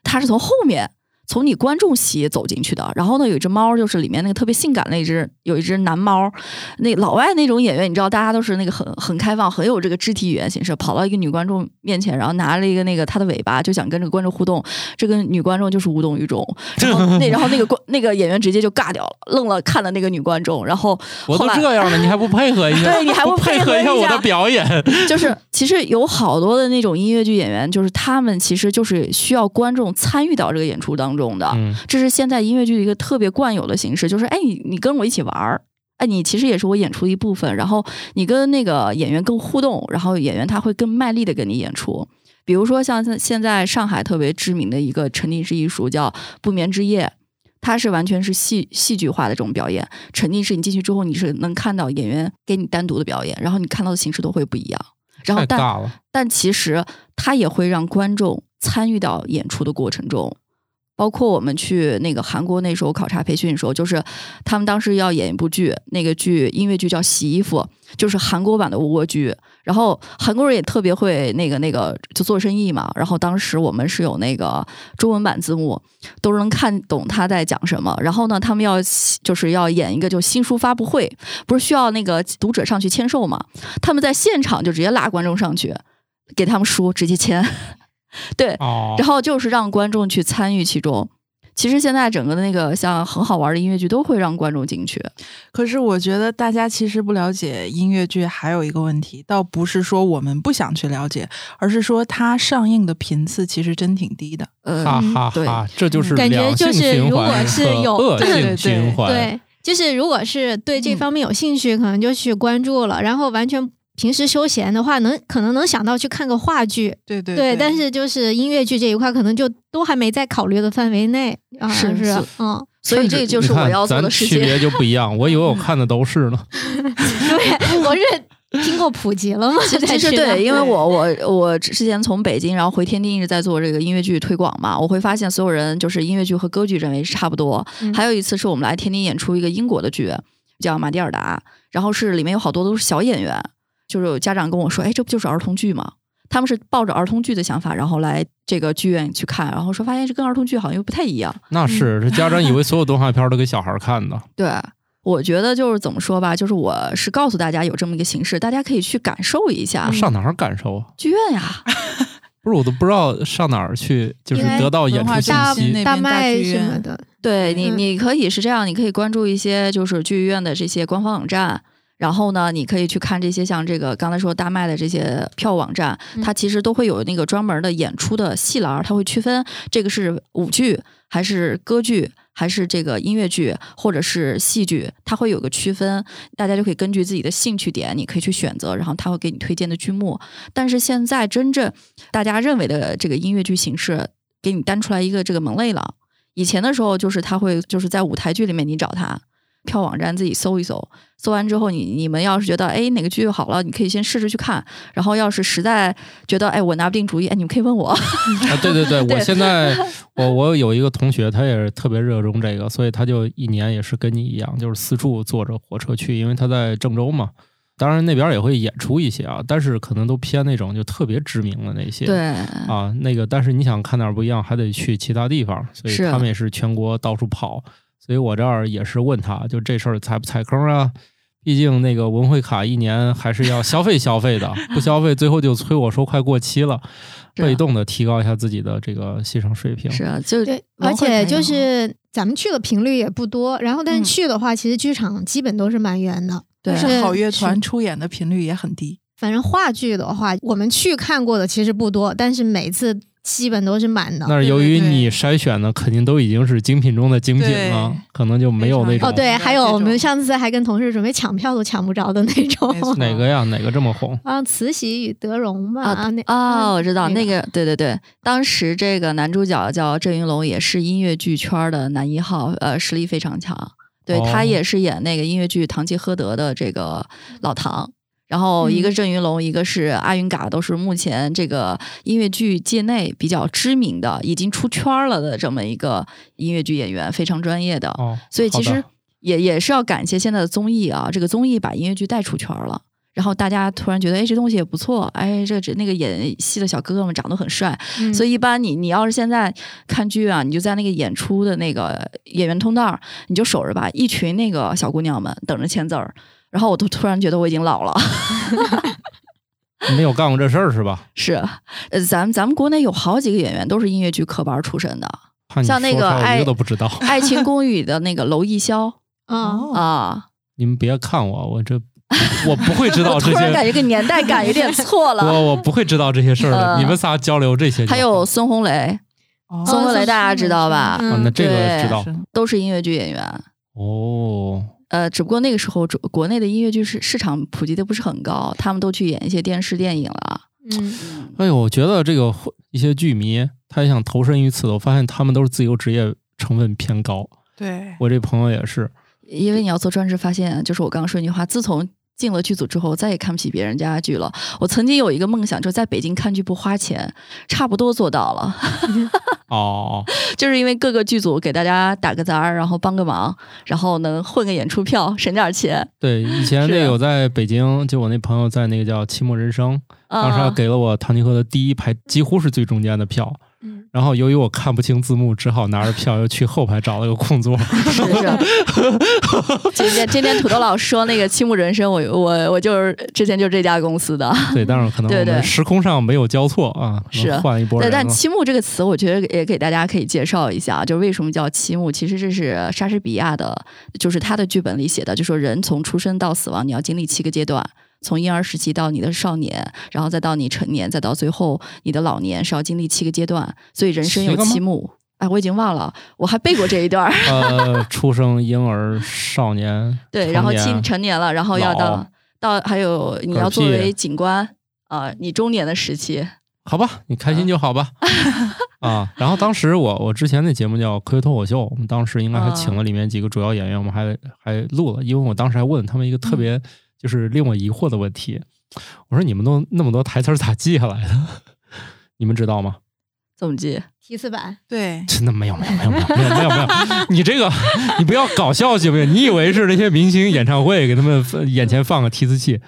A: 它是从后面从你观众席走进去的。然后呢，有一只猫，就是里面那个特别性感的那只，有一只男猫，那老外那种演员，你知道，大家都是那个很很开放，很有这个肢体语言形式，跑到一个女观众面前，然后拿了一个那个她的尾巴，就想跟这个观众互动。这个女观众就是无动于 衷，然后那然后那个观那个演员直接就尬掉了，愣了看了那个女观众，然后
B: 我
A: 后
B: 都
A: 来
B: 这样了，你还不配合一下？
A: 对你还
B: 不
A: 不
B: 配
A: 配
B: 合
A: 合
B: 一
A: 一
B: 下
A: 下
B: 我的表演？
A: 就是其实有好多的那种音乐剧演员，就是他们其实就是需要观众参与到这个演出当中的。
B: 嗯，
A: 这是现在音乐剧的一个特别惯有的形式，就是哎，你你跟我一起玩儿，哎，你其实也是我演出的一部分，然后你跟那个演员更互动，然后演员他会更卖力的跟你演出。比如说像现现在上海特别知名的一个沉浸式艺术叫《不眠之夜》。它是完全是戏戏剧化的这种表演，沉浸式你进去之后，你是能看到演员给你单独的表演，然后你看到的形式都会不一样。然后
B: 太
A: 但
B: 尬了。哦
A: 但其实它也会让观众参与到演出的过程中。包括我们去那个韩国那时候考察培训的时候，就是他们当时要演一部剧，那个剧音乐剧叫《洗衣服》，就是韩国版的吴国剧。然后韩国人也特别会那个那个就做生意嘛。然后当时我们是有那个中文版字幕，都能看懂他在讲什么。然后呢，他们要就是要演一个就新书发布会，不是需要那个读者上去签售嘛？他们在现场就直接拉观众上去，给他们书直接签， 对，
B: 哦，
A: 然后就是让观众去参与其中。其实现在整个的那个像很好玩的音乐剧都会让观众进去，
D: 可是我觉得大家其实不了解音乐剧，还有一个问题，倒不是说我们不想去了解，而是说它上映的频次其实真挺低的。
A: 呃，
B: 哈哈
A: 对
B: 哈，这就是
E: 感觉
B: 良性
E: 就是
B: 循
E: 如
B: 环
E: 果是
B: 和
E: 有
B: 恶
E: 对
B: 性
D: 对
B: 循
D: 对
B: 环，
E: 对，就是如果是对这
D: 嗯
E: 方面有兴趣，可能就去关注了。然后完全平时休闲的话，能可能能想到去看个话剧，
D: 对对
E: 对。但是就是音乐剧这一块，可能就都还没在考虑的范围内啊，
A: 是
E: 不
A: 是
E: 是？嗯，
A: 所以这个就是
B: 你看
A: 我要做的事
B: 咱区
A: 情。
B: 别就不一样，我以为我看的都是呢。
E: 对，我是听过普及了嘛，
A: 其实
E: 才
A: 其实
E: 知道
A: 对，因为我我我之前从北京，然后回天津一直在做这个音乐剧推广嘛，我会发现所有人就是音乐剧和歌剧认为是差不多。
E: 嗯
A: 还有一次是我们来天津演出一个英国的剧，叫《马蒂尔达》，然后是里面有好多都是小演员，就是有家长跟我说，哎，这不就是儿童剧吗？他们是抱着儿童剧的想法，然后来这个剧院去看，然后说发现这跟儿童剧好像又不太一样。
B: 那是，这家长以为所有动画片都给小孩看的，
A: 对，我觉得就是怎么说吧，就是我是告诉大家有这么一个形式，大家可以去感受一下
B: 上哪儿感受啊？
A: 剧院呀。
B: 不是，我都不知道上哪儿去，就是
E: 应该
B: 得到演出信
D: 文化中
E: 大
D: 心
B: 息。
D: 那边
E: 大
D: 大
E: 麦
D: 剧
E: 什
D: 院
E: 么的，
A: 对你，
E: 嗯
A: 你可以是这样，你可以关注一些就是剧院的这些官方网站，然后呢，你可以去看这些像这个刚才说大麦的这些票网站，
E: 嗯
A: 它其实都会有那个专门的演出的戏栏儿，它会区分这个是舞剧还是歌剧。还是这个音乐剧或者是戏剧，它会有个区分，大家就可以根据自己的兴趣点，你可以去选择，然后它会给你推荐的剧目。但是现在真正大家认为的这个音乐剧形式，给你单出来一个这个门类了，以前的时候，就是他会就是在舞台剧里面你找他，票网站自己搜一搜，搜完之后你你们要是觉得哎哪个剧好了，你可以先试着去看，然后要是实在觉得哎我拿不定主意，哎你们可以问我。
B: 啊，对对对，我
A: 对
B: 现在我我有一个同学，他也是特别热衷这个，所以他就一年也是跟你一样，就是四处坐着火车去，因为他在郑州嘛。当然那边也会演出一些啊，但是可能都偏那种就特别知名的那些。
A: 对
B: 啊，那个，但是你想看点儿不一样，还得去其他地方，所以
A: 是啊
B: 他们也是全国到处跑。所以我这儿也是问他，就这事儿踩不踩坑啊？毕竟那个文汇卡一年还是要消费消费的，不消费最后就催我说快过期了，
A: 是啊
B: 被动的提高一下自己的这个欣赏水平。
A: 是啊，就
E: 对，而
A: 文化
E: 且
A: 传
E: 就
A: 统
E: 是咱们去的频率也不多，然后但是
A: 嗯
E: 去的话，其实剧场基本都是满员的。
A: 对
D: 但是好乐
E: 是
D: 团出演的频率也很低。
E: 反正话剧的话，我们去看过的其实不多，但是每次基本都是满
A: 啊
E: 的。
B: 那是
D: 对
B: 由
D: 对
B: 于
D: 对
B: 你筛选的肯定都已经是精品中的精品了
D: 对，
B: 可能就没有那种
D: 非常
E: 哦，对，还有我们上次还跟同事准备抢票都抢不着的那
D: 没错
E: 种。
B: 哪个呀，哪个这么红。
E: 啊，慈禧与德容吧，
A: 啊
E: 那
A: 哦，我知道那
E: 那
A: 个，对对对，当时这个男主角叫郑云龙，也是音乐剧圈儿的男一号，呃，实力非常强。对、
B: 哦
A: 他也是演那个音乐剧《堂吉诃德》的这个老唐，然后一个
E: 嗯
A: 郑云龙，一个是阿云嘎，都是目前这个音乐剧界内比较知名的、已经出圈儿了的这么一个音乐剧演员，非常专业的。
B: 哦，
A: 所以其
B: 好的
A: 实也也是要感谢现在的综艺啊，这个综艺把音乐剧带出圈儿了。然后大家突然觉得，哎，这东西也不错，哎，这这那个演戏的小哥哥们长得很帅，
E: 嗯
A: 所以一般你你要是现在看剧啊，你就在那个演出的那个演员通道儿，你就守着吧，一群那个小姑娘们等着签字儿。然后我都突然觉得我已经老了，
B: 你没有干过这事儿是吧？
A: 是，呃，咱们咱们国内有好几个演员都是音乐剧科班儿出身的，
B: 怕你
A: 像那
B: 说
A: 个
B: 出来我一
A: 爱
B: 个都不知道。
A: 《爱情公寓》的那个娄艺潇
B: 哦
E: 嗯，
D: 哦
A: 啊，
B: 你们别看我，我这 我不会知道
A: 我突
B: 这
A: 然感
B: 些，
A: 觉这个年代感有点错 了。
B: 我我不会知道这些事儿的。
A: 呃
B: 你们仨交流这些就好，
A: 还有孙红雷，
D: 哦
A: 孙
E: 嗯哦
A: 红雷
E: 孙
A: 大家
E: 红
A: 知
E: 雷
A: 道
E: 是
A: 吧？
E: 嗯
B: 啊，那这个
A: 对
B: 知道
D: 是
A: 都是音乐剧演员。
B: 哦。
A: 呃，只不过那个时候中国内的音乐剧市市场普及的不是很高，他们都去演一些电视电影了。
E: 嗯，
B: 哎呦，我觉得这个一些剧迷他也想投身于此的，我发现他们都是自由职业成分偏高。
D: 对，
B: 我这朋友也是，
A: 因为你要做专职，发现就是我刚刚说那句话，自从进了剧组之后，再也看不起别人家的剧了。我曾经有一个梦想，就是在北京看剧不花钱，差不多做到了。
B: 哦，
A: 就是因为各个剧组给大家打个杂儿，然后帮个忙，然后能混个演出票，省点儿钱。
B: 对，以前那
A: 是啊
B: 个我在北京，就我那朋友在那个叫《期末人生》，当时他
A: 啊，
B: 给了我唐吉诃德第一排几乎是最中间的票，
E: 嗯
B: 然后由于我看不清字幕，只好拿着票又去后排找了个空座。
A: 是是。 今天今天土豆老师说那个七木人生，我我我就是之前就是这家公司的，
B: 对，但是可能
A: 对
B: 我们
A: 对
B: 时空上没有交错啊，可能
A: 是
B: 换了一波
A: 但
B: 人
A: 但
B: 了。
A: 七木这个词，我觉得也给大家可以介绍一下，就为什么叫七木？其实这是莎士比亚的，就是他的剧本里写的，就说人从出生到死亡，你要经历七个阶段。从婴儿时期到你的少年，然后再到你成年，再到最后你的老年，是要经历七个阶段，所以人生有
B: 七个吗
A: 七幕。哎，我已经忘了，我还背过这一段儿。
B: 呃，出生、婴儿、少年，
A: 对，
B: 成
A: 然后
B: 年
A: 青成年了，然后要
B: 老
A: 到到还有你
B: 嗝
A: 要作
B: 屁
A: 为警官啊、呃你中年的时期，
B: 好吧，你开心就 好吧。啊，然后当时我我之前那节目叫《科学脱口秀》，我们当时应该还请了
A: 啊
B: 里面几个主要演员，我们还还录了，因为我当时还问他们一个特别
A: 嗯
B: 就是令我疑惑的问题，我说你们都那么多台词儿咋记下来的？ 你们知道吗？
A: 怎么记？
E: 提词板，
D: 对，
B: 真的没有没有没有没有没有没有没有，你这个你不要搞笑行不行？你以为是那些明星演唱会给他们呃眼前放个提词器？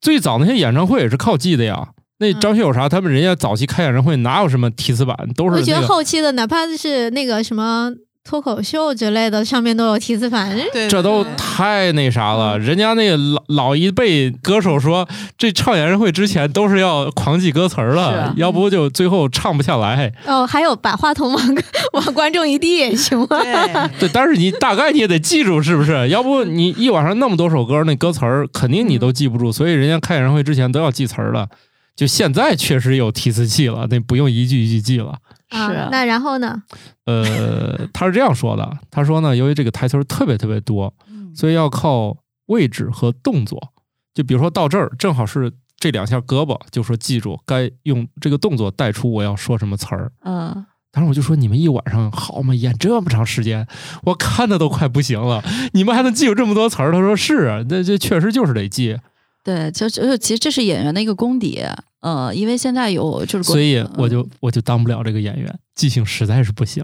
B: 最早那些演唱会也是靠记的呀。那
E: 嗯
B: 张学友啥，他们人家早期开演唱会哪有什么提词板，都
E: 我
B: 是
E: 觉
B: 那
E: 得
B: 个
E: 后期的哪怕是那个什么脱口秀之类的上面都有提词板，
D: 对，
B: 这都
D: 对
B: 太那啥
E: 嗯
B: 了。人家那个老老一辈歌手说，这唱演唱会之前都是要狂记歌词儿
A: 是
B: 了
A: 啊，
B: 要不就最后唱不下来。
E: 哦，还有把话筒往往观众一递也行啊吗？
D: 对
B: 对，但是你大概你也得记住，是不是？要不你一晚上那么多首歌，那歌词儿肯定你都记不住。所以人家开演唱会之前都要记词儿了。就现在确实有提词器了，那不用一句一句记了。
E: 啊，那然后呢？
B: 呃，他是这样说的，他说呢，由于这个台词儿特别特别多，
D: 嗯
B: 所以要靠位置和动作。就比如说到这儿，正好是这两下胳膊，就说记住该用这个动作带出我要说什么词儿。
A: 嗯，
B: 当时我就说：“你们一晚上好嘛，演这么长时间，我看的都快不行了，你们还能记住这么多词儿？”他说：“是啊，那这确实就是得记。
A: 对，就就其实这是演员的一个功底，呃，因为现在有就是”国
B: 所以我
E: 嗯
B: 就我就当不了这个演员，记性实在是不 行。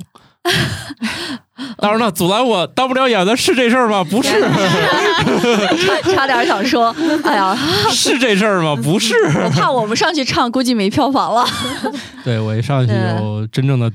B: 当然了，阻拦我当不了演员的是这事儿吗？不是，
A: 差差点想说，哎呀，
B: 是这事儿吗？不是。
E: 嗯
A: 我怕我们上去唱，估计没票房了。
B: 对我一上去有真正的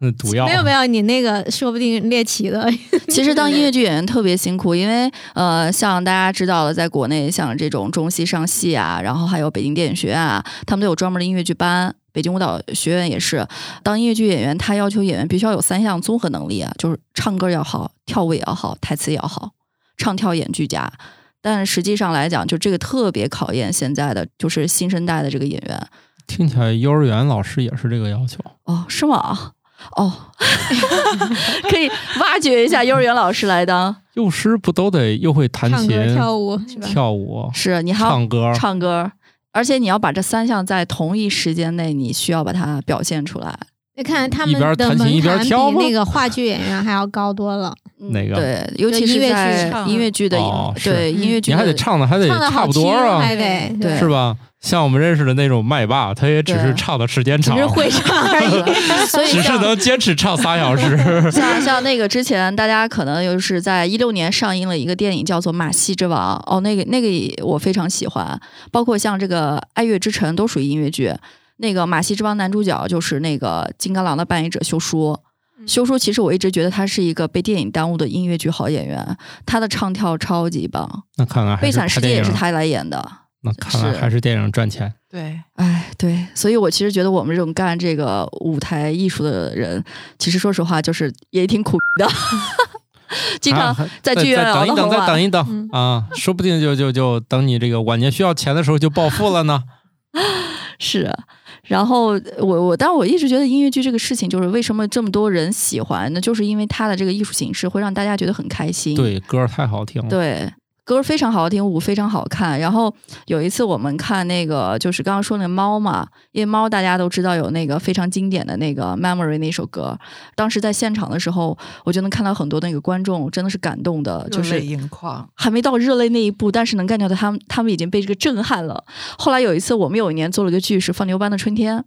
B: 那毒药，
E: 没有没有，你那个说不定猎奇的，
A: 其实当音乐剧演员特别辛苦，因为呃，像大家知道了，在国内像这种中戏、上戏啊，然后还有北京电影学院啊，他们都有专门的音乐剧班。北京舞蹈学院也是，当音乐剧演员，他要求演员必须要有三项综合能力啊，就是唱歌要好，跳舞也要好，台词也要好，唱跳演俱佳。但实际上来讲，就这个特别考验现在的就是新生代的这个演员
B: 听起来幼儿园老师也是这个要求。
A: 哦，是吗？哦， 可以挖掘一下幼儿园老师来当。
B: 幼师不都得又会弹
E: 唱
B: 琴、
E: 歌跳舞是吧？
B: 跳舞
A: 是你还要
B: 唱歌？
A: 唱歌，而且你要把这三项在同一时间内，你需要把它表现出来。
E: 你看他
B: 一
E: 们
B: 边
E: 的
B: 弹琴一
E: 门
B: 边
E: 槛比
B: 跳吗
E: 那个话剧演员还要高多了，
A: 嗯
B: 哪个
A: 对，尤
E: 就
A: 其
E: 音
A: 是
E: 乐剧
A: 在
D: 上
A: 音乐剧的
B: 哦是
A: 对音乐
E: 嗯
A: 剧
B: 你
A: 的，
B: 还得唱的还得
E: 唱的
B: 差
E: 好
B: 不
E: 听
B: 多啊，
E: 还得
A: 对
B: 是吧？像我们认识的那种麦霸，他也只是
A: 对
B: 唱的时间
E: 只
B: 长，
E: 是会唱而已。
A: 所以
B: 只是
A: 像。
B: 能坚持唱仨小时
A: 像像那个之前大家可能就是在一六年上映了一个电影叫做《马戏之王》哦，那个那个也我非常喜欢，包括像这个《爱乐之城》都属于音乐剧。那个《马戏之王》男主角就是那个金刚狼的扮演者修书。修书其实我一直觉得他是一个被电影耽误的音乐剧好演员，他的唱跳超级棒。
B: 那看来
A: 《
B: 还
A: 悲惨
B: 是
A: 世界》
B: 拍电
A: 也是
B: 影，啊
A: 他来演的。
B: 那看来
A: 是
B: 还是电影赚钱。
D: 对，
A: 哎，对，所以我其实觉得我们这种干这个舞台艺术的人，其实说实话，就是也挺苦逼的， 经常
B: 啊
A: 在
B: 再
A: 剧院哦嗯
B: 再
A: 熬到
B: 等一
A: 很
B: 等，再等
A: 晚。
B: 一等啊，说不定就就就等你这个晚年需要钱的时候就暴富了 呢。
A: 是，啊然后我我，但我一直觉得音乐剧这个事情，就是为什么这么多人喜欢，那就是因为它的这个艺术形式会让大家觉得很开心。
B: 对，歌儿太好听了。
A: 对，歌非常好听，舞非常好看。然后有一次我们看那个，就是刚刚说那猫嘛，因为猫大家都知道有那个非常经典的那个《Memory》那首歌。当时在现场的时候，我就能看到很多那个观众真的是感动的，就
D: 热泪
A: 是
D: 盈眶。
A: 还没到热泪那一步，但是能 get 到他们，他们已经被这个震撼了。后来有一次，我们有一年做了个剧是《放牛班的春天》，
E: 嗯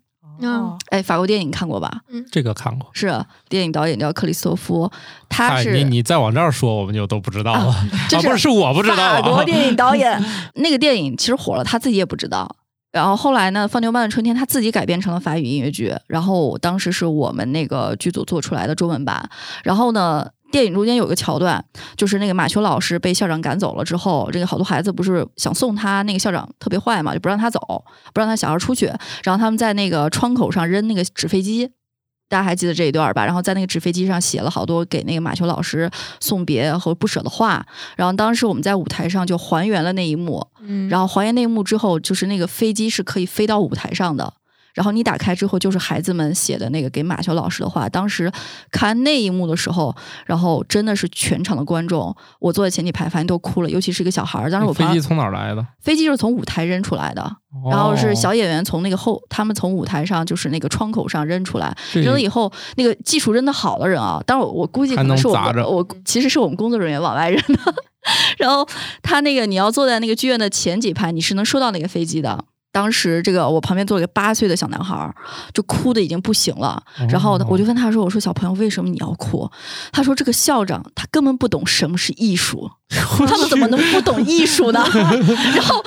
D: 哦，
A: 哎，法国电影看过吧？
B: 这个看过。
A: 是电影导演叫克里斯托夫，他
B: 哎，
A: 是、
B: 你你再往这儿说，我们就都不知道了。啊，
A: 就
B: 不
A: 是
B: 是，是我不知道
A: 法国
B: 啊。
A: 电影导演 那个电影其实火了，他自己也不知道。然后后来呢，《放牛班的春天》他自己改编成了法语音乐剧，然后当时是我们那个剧组做出来的中文版。然后呢，电影中间有个桥段，就是那个马修老师被校长赶走了之后，这个好多孩子不是想送他，那个校长特别坏嘛，就不让他走，不让他小孩出去，然后他们在那个窗口上扔那个纸飞机。大家还记得这一段吧？然后在那个纸飞机上写了好多给那个马修老师送别和不舍的话。然后当时我们在舞台上就还原了那一幕，
E: 嗯，
A: 然后还原那一幕之后，就是那个飞机是可以飞到舞台上的。然后你打开之后，就是孩子们写的那个给马修老师的话。当时看那一幕的时候，然后真的是全场的观众，我坐在前几排，反正都哭了，尤其是一个小孩儿。当时我
B: 飞
A: 旁
B: 机从哪儿来的？
A: 飞机就是从舞台扔出来的，然后是小
B: 哦
A: 演员从那个后，他们从舞台上就是那个窗口上扔出来，
B: 这
A: 扔了以后，那个技术扔的好的人啊，当然我我估计可
B: 还
A: 能
B: 能
A: 是我
B: 砸
A: 们
B: 着
A: 我其实是我们工作人员往外扔的。 然后他那个你要坐在那个剧院的前几排，你是能收到那个飞机的。当时这个我旁边坐了个八岁的小男孩儿，就哭的已经不行了。
B: 哦
A: 然后我就问他说：“我说小朋友，为什么你要哭？”他说：“这个校长他 根本不懂什么是艺术，他们怎么能不懂艺术呢？”然后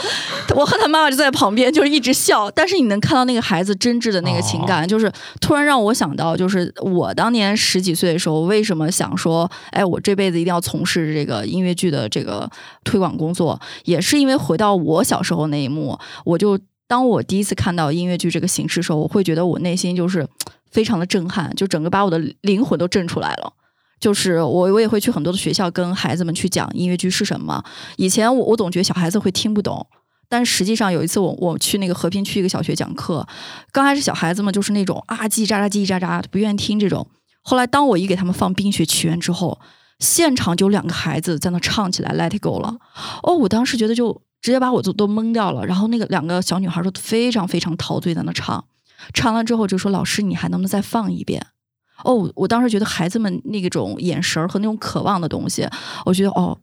A: 我和他妈妈就在旁边，就是一直笑。但是你能看到那个孩子真挚的那个情感，就是突然让我想到，就是我当年十几岁的时候，为什么想说，哎，我这辈子一定要从事这个音乐剧的这个推广工作，也是因为回到我小时候那一幕，我就当我第一次看到音乐剧这个形式的时候，我会觉得我内心就是非常的震撼，就整个把我的灵魂都震出来了。就是我，我也会去很多的学校跟孩子们去讲音乐剧是什么。以前我我总觉得小孩子会听不懂，但实际上有一次我我去那个和平区一个小学讲课，刚开始小孩子们就是那种啊叽叽喳喳叽叽喳喳不愿意听这种，后来当我一给他们放《冰雪奇缘》之后，现场就有两个孩子在那唱起来《Let It Go》了，哦，我当时觉得就直接把我都都懵掉了。然后那个两个小女孩都非常非常陶醉在那唱，唱完之后就说：“老师，你还能不能再放一遍？”哦，我当时觉得孩子们那种眼神儿和那种渴望的东西，我觉得哦，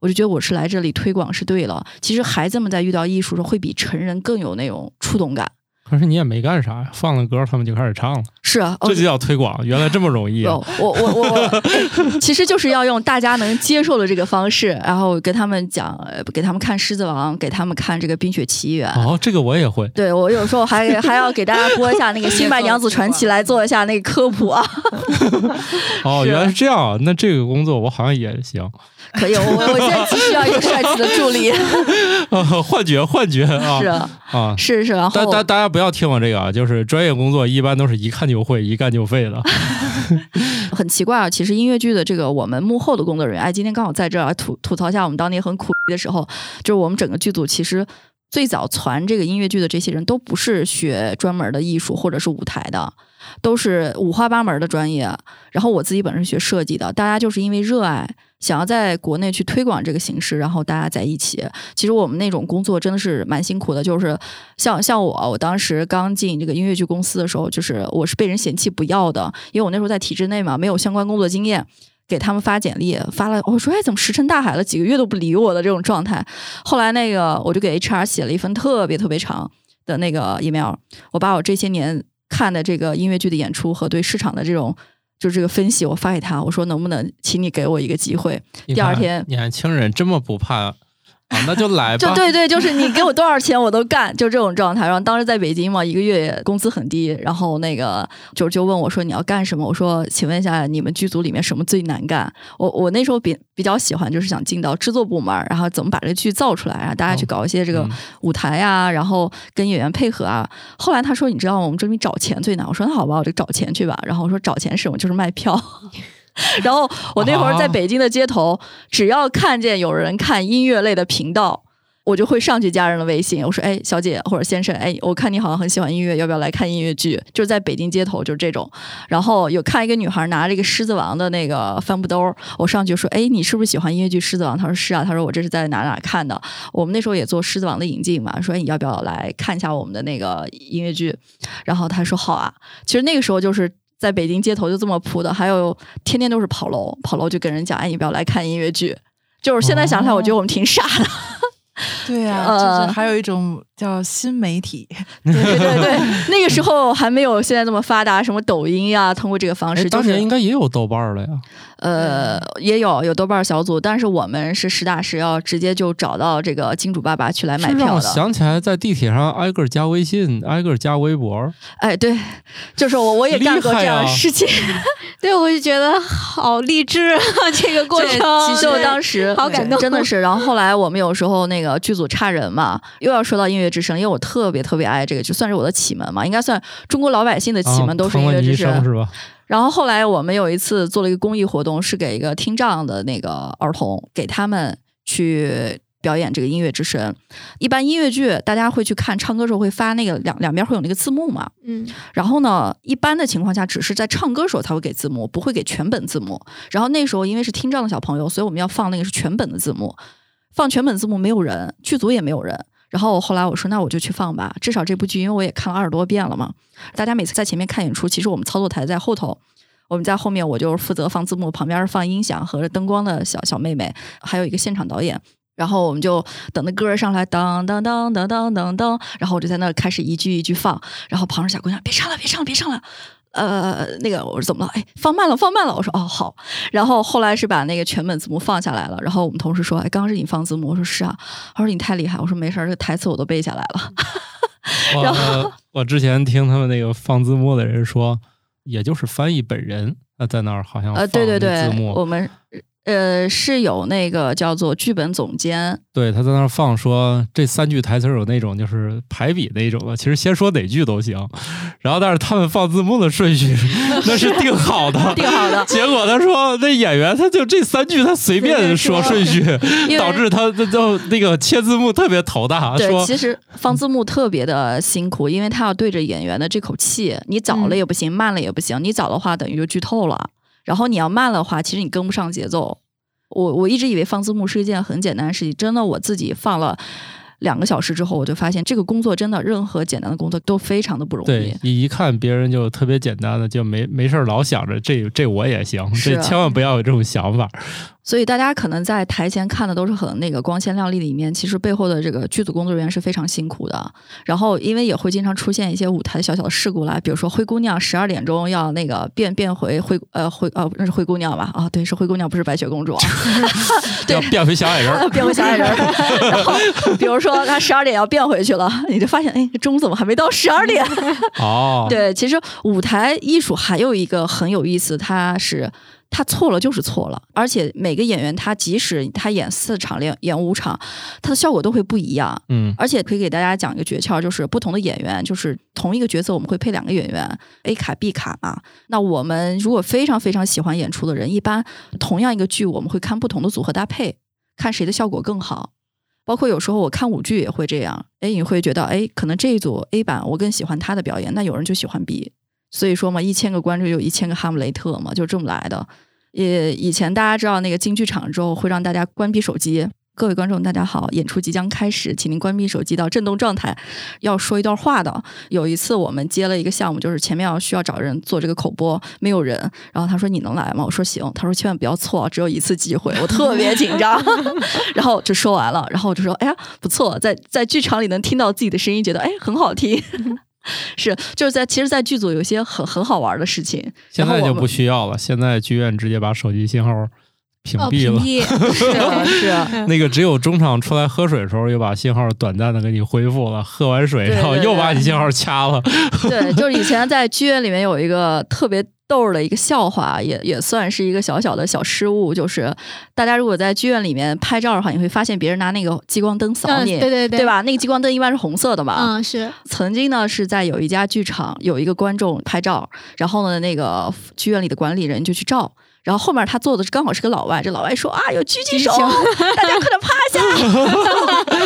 A: 我就觉得我是来这里推广是对了。其实孩子们在遇到艺术时候，会比成人更有那种触动感。
B: 可是你也没干啥呀，放了歌他们就开始唱了，
A: 是啊，哦
B: 这就叫推广。原来这么容易啊
A: 有，我我我我、哎其实就是要用大家能接受的这个方式，然后跟他们讲，呃给他们看《狮子王》，给他们看这个《冰雪奇缘》
B: 哦，这个我也会。
A: 对我有时候还还要给大家播一下那个《新白娘子传 奇》，来做一下那个科普啊。
B: 哦，原来是这样啊，那这个工作我好像也行。
A: 可以，我我我现在急需要一个啊帅气的助理。
B: 啊，幻觉，幻觉 啊，
A: 是
B: 啊。
A: 是是，然后
B: 大大大家不要听我这个啊，就是专业工作一般都是一看就会，一干就废的。
A: 很奇怪啊，其实音乐剧的这个我们幕后的工作人员，哎，今天刚好在这儿吐吐槽一下我们当年很苦逼的时候，就是我们整个剧组其实最早传这个音乐剧的这些人都不是学专门的艺术或者是舞台的，都是五花八门的专业。然后我自己本身是学设计的，大家就是因为热爱。想要在国内去推广这个形式，然后大家在一起。其实我们那种工作真的是蛮辛苦的，就是像像我，我当时刚进这个音乐剧公司的时候，就是我是被人嫌弃不要的，因为我那时候在体制内嘛，没有相关工作经验。给他们发简历，发了，我说哎，怎么石沉大海了，几个月都不理我的这种状态。后来那个我就给 HR 写了一份特别特别长的那个 email，我把我这些年看的这个音乐剧的演出和对市场的这种就这个分析，我发给他，我说能不能请你给我一个机会， 第二天
B: 你看年轻人这么不怕啊，那就 来吧。
A: 就对对，就是你给我多少钱我都干，就这种状态。然后当时在北京嘛，一个月工资很低，然后那个就就问我说你要干什么？我说请问一下你们剧组里面什么最难干？我我那时候比比较喜欢就是想进到制作部门，然后怎么把这个剧造出来，然后大家去搞一些这个
B: 嗯
A: 舞台啊，然后跟演员配合啊。后来他说你知道吗？我们这边找钱最难。我说那好吧，我就找钱去吧。然后我说找钱是什么？就是卖票。 然后我那会儿在
B: 啊
A: 北京的街头，只要看见有人看音乐类的频道，我就会上去加人的微信，我说：“哎，小姐或者先生，哎，我看你好像很喜欢音乐，要不要来看音乐剧？”就是在北京街头，就是这种。然后有看一个女孩拿着一个《狮子王》的那个帆布兜，我上去说：“哎，你是不是喜欢音乐剧《狮子王》？”她说：“是啊。”她说：“我这是在哪哪看的。”我们那时候也做《狮子王》的引进嘛，说：“哎，你要不要来看一下我们的那个音乐剧？”然后她说：“好啊。”其实那个时候就是。在北京街头就这么铺的，还有天天都是跑楼，跑楼就跟人讲，哎，你不要来看音乐剧。就是现在想起来，我觉得我们挺傻的，
D: 对呀、
A: 呃
D: 就是还有一种叫新媒体，
A: 对对对，那个时候还没有现在这么发达，什么抖音呀、通过这个方
B: 哎
A: 式，就
B: 当年应
A: 是
B: 该也有豆瓣儿了呀。
A: 呃，也有有豆瓣小组，但是我们是实打实要直接就找到这个金主爸爸去来买
B: 是让
A: 票
B: 我
A: 的。
B: 想起来，在地铁上挨个儿加微信，挨个儿加微博。
A: 哎，对，就是我我也干过这样的事 情，
E: 对，我就觉得好励志啊，这个过程。
A: 其实我
E: 对
A: 当时
E: 好感动
A: 真的是。然后后来我们有时候那个剧组差人嘛，又要说到音乐之声，因为我特别特别爱这个，就算是我的启蒙嘛，应该算中国老百姓的启
B: 啊
A: 蒙都是
B: 成
A: 音
B: 了
A: 乐
B: 你
A: 之
B: 一
A: 声。
B: 生是吧？
A: 然后后来我们有一次做了一个公益活动，是给一个听障的那个儿童，给他们去表演这个音乐之声。一般音乐剧大家会去看，唱歌的时候会发那个两两边会有那个字幕嘛。
E: 嗯，
A: 然后呢，一般的情况下只是在唱歌的时候才会给字幕，不会给全本字幕。然后那时候因为是听障的小朋友，所以我们要放那个是全本的字幕，放全本字幕没有人，剧组也没有人。然后后来我说，那我就去放吧，至少这部剧，因为我也看了二十多遍了嘛。大家每次在前面看演出，其实我们操作台在后头，我们在后面，我就是负责放字幕，旁边是放音响和灯光的小小妹妹，还有一个现场导演。然后我们就等那歌儿上来，当当当当当当当，然后我就在那儿开始一句一句放，然后旁边小姑娘别唱了，别唱了，别唱了。呃，那个我说怎么了？哎，放慢了，放慢了。我说哦好。然后后来是把那个全本字幕放下来了。然后我们同事说，哎，刚刚是你放字幕？我说是啊。他说你太厉害。我说没事儿，这台词我都背下来了。然
B: 我 我之前听他们那个放字幕的人说，也就是翻译本人啊，在那儿好像
A: 呃，对对
B: 放那
A: 对
B: 字，
A: 我
B: 幕，
A: 们呃是有那个叫做剧本总 监，
B: 对他在那儿放说这三句台词有那种就是排比那种的，其实先说哪句都行，然后但是他们放字幕的 顺序那是定好的，
A: 定好的
B: 结果他说那演员他就这三句他随便说顺序，
A: 因为
B: 导致他他就那个切字幕特别头大，
A: 对，
B: 啊说
A: 其实放字幕特别的辛苦，因为他要对着演员的这口气，你早
B: 嗯
A: 了也不行，慢了也不行，你早的话等于就剧透了，然后你要慢的话，其实你跟不上节奏。我我一直以为放字幕是一件很简单的事情，真的我自己放了两个小时之后，我就发现这个工作真的任何简单的工作都非常的不容易
B: 对。一一看别人就特别简单的，就没没事儿老想着这这我也行，
A: 是啊
B: 这千万不要有这种想法。
A: 所以大家可能在台前看的都是很那个光鲜亮丽的一面，其实背后的这个剧组工作人员是非常辛苦的。然后因为也会经常出现一些舞台小小的事故啦，比如说灰姑娘十二点钟要那个变变回灰呃灰呃那是灰姑娘吧？啊，对，是灰姑娘，不是白雪公主啊。对
B: 要变回小矮
A: ，
B: 人儿
A: 变回小矮人儿，然后比如说她十二点要变回去了，你就发现哎，钟怎么还没到十二点？
B: 哦，
A: 对，其实舞台艺术还有一个很有意思，它是他错了就是错了，而且每个演员他即使他演四场、演演五场，他的效果都会不一样。
B: 嗯，
A: 而且可以给大家讲一个诀窍，就是不同的演员，就是同一个角色，我们会配两个演员，A 卡、B 卡嘛。那我们如果非常非常喜欢演出的人，一般同样一个剧，我们会看不同的组合搭配，看谁的效果更好。包括有时候我看舞剧也会这样，哎，你会觉得，哎，可能这一组 A 版我更喜欢他的表演，那有人就喜欢 B，所以说嘛，一千个观众有一千个哈姆雷特嘛，就这么来的。也以前大家知道那个进剧场之后会让大家关闭手机。各位观众，大家好，演出即将开始，请您关闭手机到震动状态，要说一段话的。有一次我们接了一个项目，就是前面要需要找人做这个口播，没有人，然后他说你能来吗？我说行，他说千万不要错，只有一次机会，我特别紧 张。然后就说完了，然后我就说哎呀不错，在在剧场里能听到自己的声音，觉得哎很好听。 是，就是在其实，在剧组有一些很很好玩的事情，
B: 现
A: 然后
B: 在
A: 我
B: 就
A: 们
B: 不需要了，现在剧院直接把手机信号屏
E: 哦，
B: 蔽
E: 屏
B: 了。
E: 蔽
A: 是啊是，
B: 那个只有中场出来喝水的时候，又把信号短暂的给你恢复了，喝完水
A: 对
B: 然后
A: 对
B: 又
A: 对
B: 把你信号掐 了。
A: 对，就是以前在剧院里面有一个特别逗儿的一个笑话，也也算是一个小小的小失误，就是大家如果在剧院里面拍照的话，你会发现别人拿那个激光灯扫
E: 嗯
A: 你，
E: 对对对
A: 吧？那个激光灯一般是红色的嘛，
E: 嗯，是
A: 曾经呢是在有一家剧场有一个观众拍照，然后呢那个剧院里的管理人就去照。然后后面他坐的是刚好是个老外，这老外说啊有狙击手，大家快点趴下。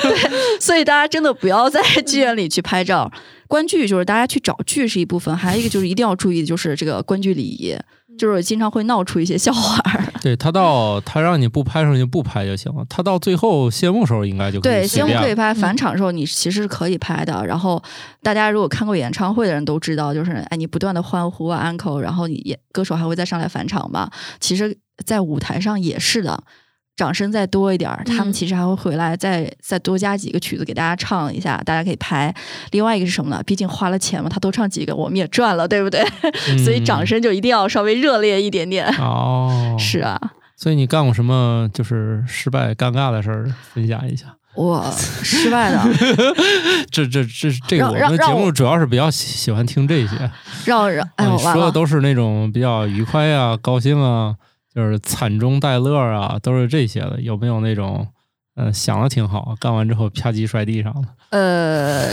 A: 对，所以大家真的不要在剧院里去拍照。观剧就是大家去找剧是一部分，还有一个就是一定要注意的就是这个观剧礼仪，就是经常会闹出一些笑话儿。
B: 对他到他让你不拍的时候你就不拍就行了，他到最后谢幕时候应该就可以
A: 对，谢
B: 随
A: 幕
B: 便啊
A: 可以
B: 了
A: 拍，返场的时候你其实是可以拍的。然后大家如果看过演唱会的人都知道，就是哎，你不断的欢呼啊，uncle，然后你也歌手还会再上来返场嘛。其实，在舞台上也是的。掌声再多一点儿，他们
E: 嗯
A: 其实还会回来再、再多加几个曲子给大家唱一下，大家可以拍。另外一个是什么呢？毕竟花了钱嘛，他多唱几个我们也赚了，对不对？ 所以掌声就一定要稍微热烈一点点。
B: 嗯哦，
A: 是啊，
B: 所以你干过什么就是失败尴尬的事儿？分享一下。
A: 我 失败的，
B: 这这这这个
A: 让
B: 我
A: 让
B: 们的
A: 让
B: 节目
A: 我
B: 主要是比较喜喜欢听这些，
A: 让让哎，
B: 啊
A: 我
B: 你
A: 完
B: 说的
A: 了。
B: 都是那种比较愉快啊、高兴啊，就是惨中带乐啊，都是这些的。有没有那种嗯、呃想的挺好，干完之后啪叽摔地上的？
A: 呃，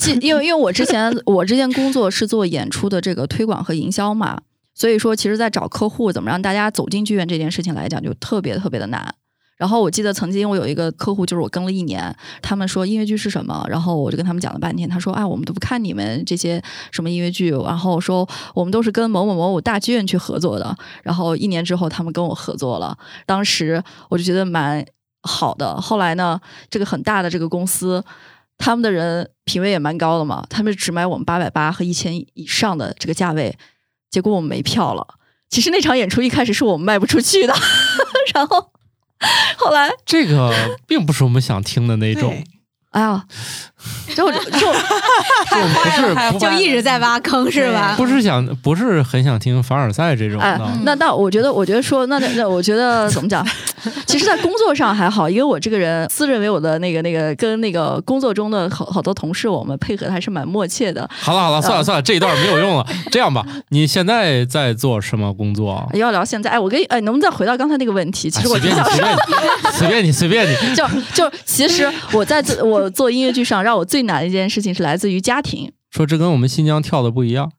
A: 其因为因为我之前我之前工作是做演出的这个推广和营销嘛，所以说其实，在找客户怎么让大家走进剧院这件事情来讲，就特别特别的难。然后我记得曾经我有一个客户，就是我跟了一年，他们说音乐剧是什么，然后我就跟他们讲了半天，他说啊，我们都不看你们这些什么音乐剧，然后说我们都是跟某某某某大剧院去合作的，然后一年之后他们跟我合作了，当时我就觉得蛮好的。后来呢，这个很大的这个公司，他们的人品味也蛮高的嘛，他们只买我们八百八和一千以上的这个价位，结果我们没票了。其实那场演出一开始是我们卖不出去的， 然后后来
B: 这个并不是我们想听的那种
D: 对。
A: 哎呀，就 就
B: 就不是不
E: 就一直在挖坑是吧？
B: 不是想不是很想听凡尔赛这种
A: 哎
B: 的，，
A: 那那我觉得，我觉得说，那那那，我觉得怎么讲？ 其实，在工作上还好，因为我这个人自认为我的那个那个跟那个工作中的好好多同事，我们配合的还是蛮默契的。
B: 好了好了，算了算了，这一段没有用了。这样吧，你现在在做什么工作？
A: 要聊现在，哎，我跟你哎，能不能再回到刚才那个问题？其
B: 哎
A: 实我
B: 随
A: 挺
B: 便
A: 想
B: 你，随
A: 说，
B: 便你，随便你，随便你。
A: 就就其实我在做我做音乐剧上，让我最难的一件事情是来自于家庭。
B: 说这跟我们新疆跳的不一样，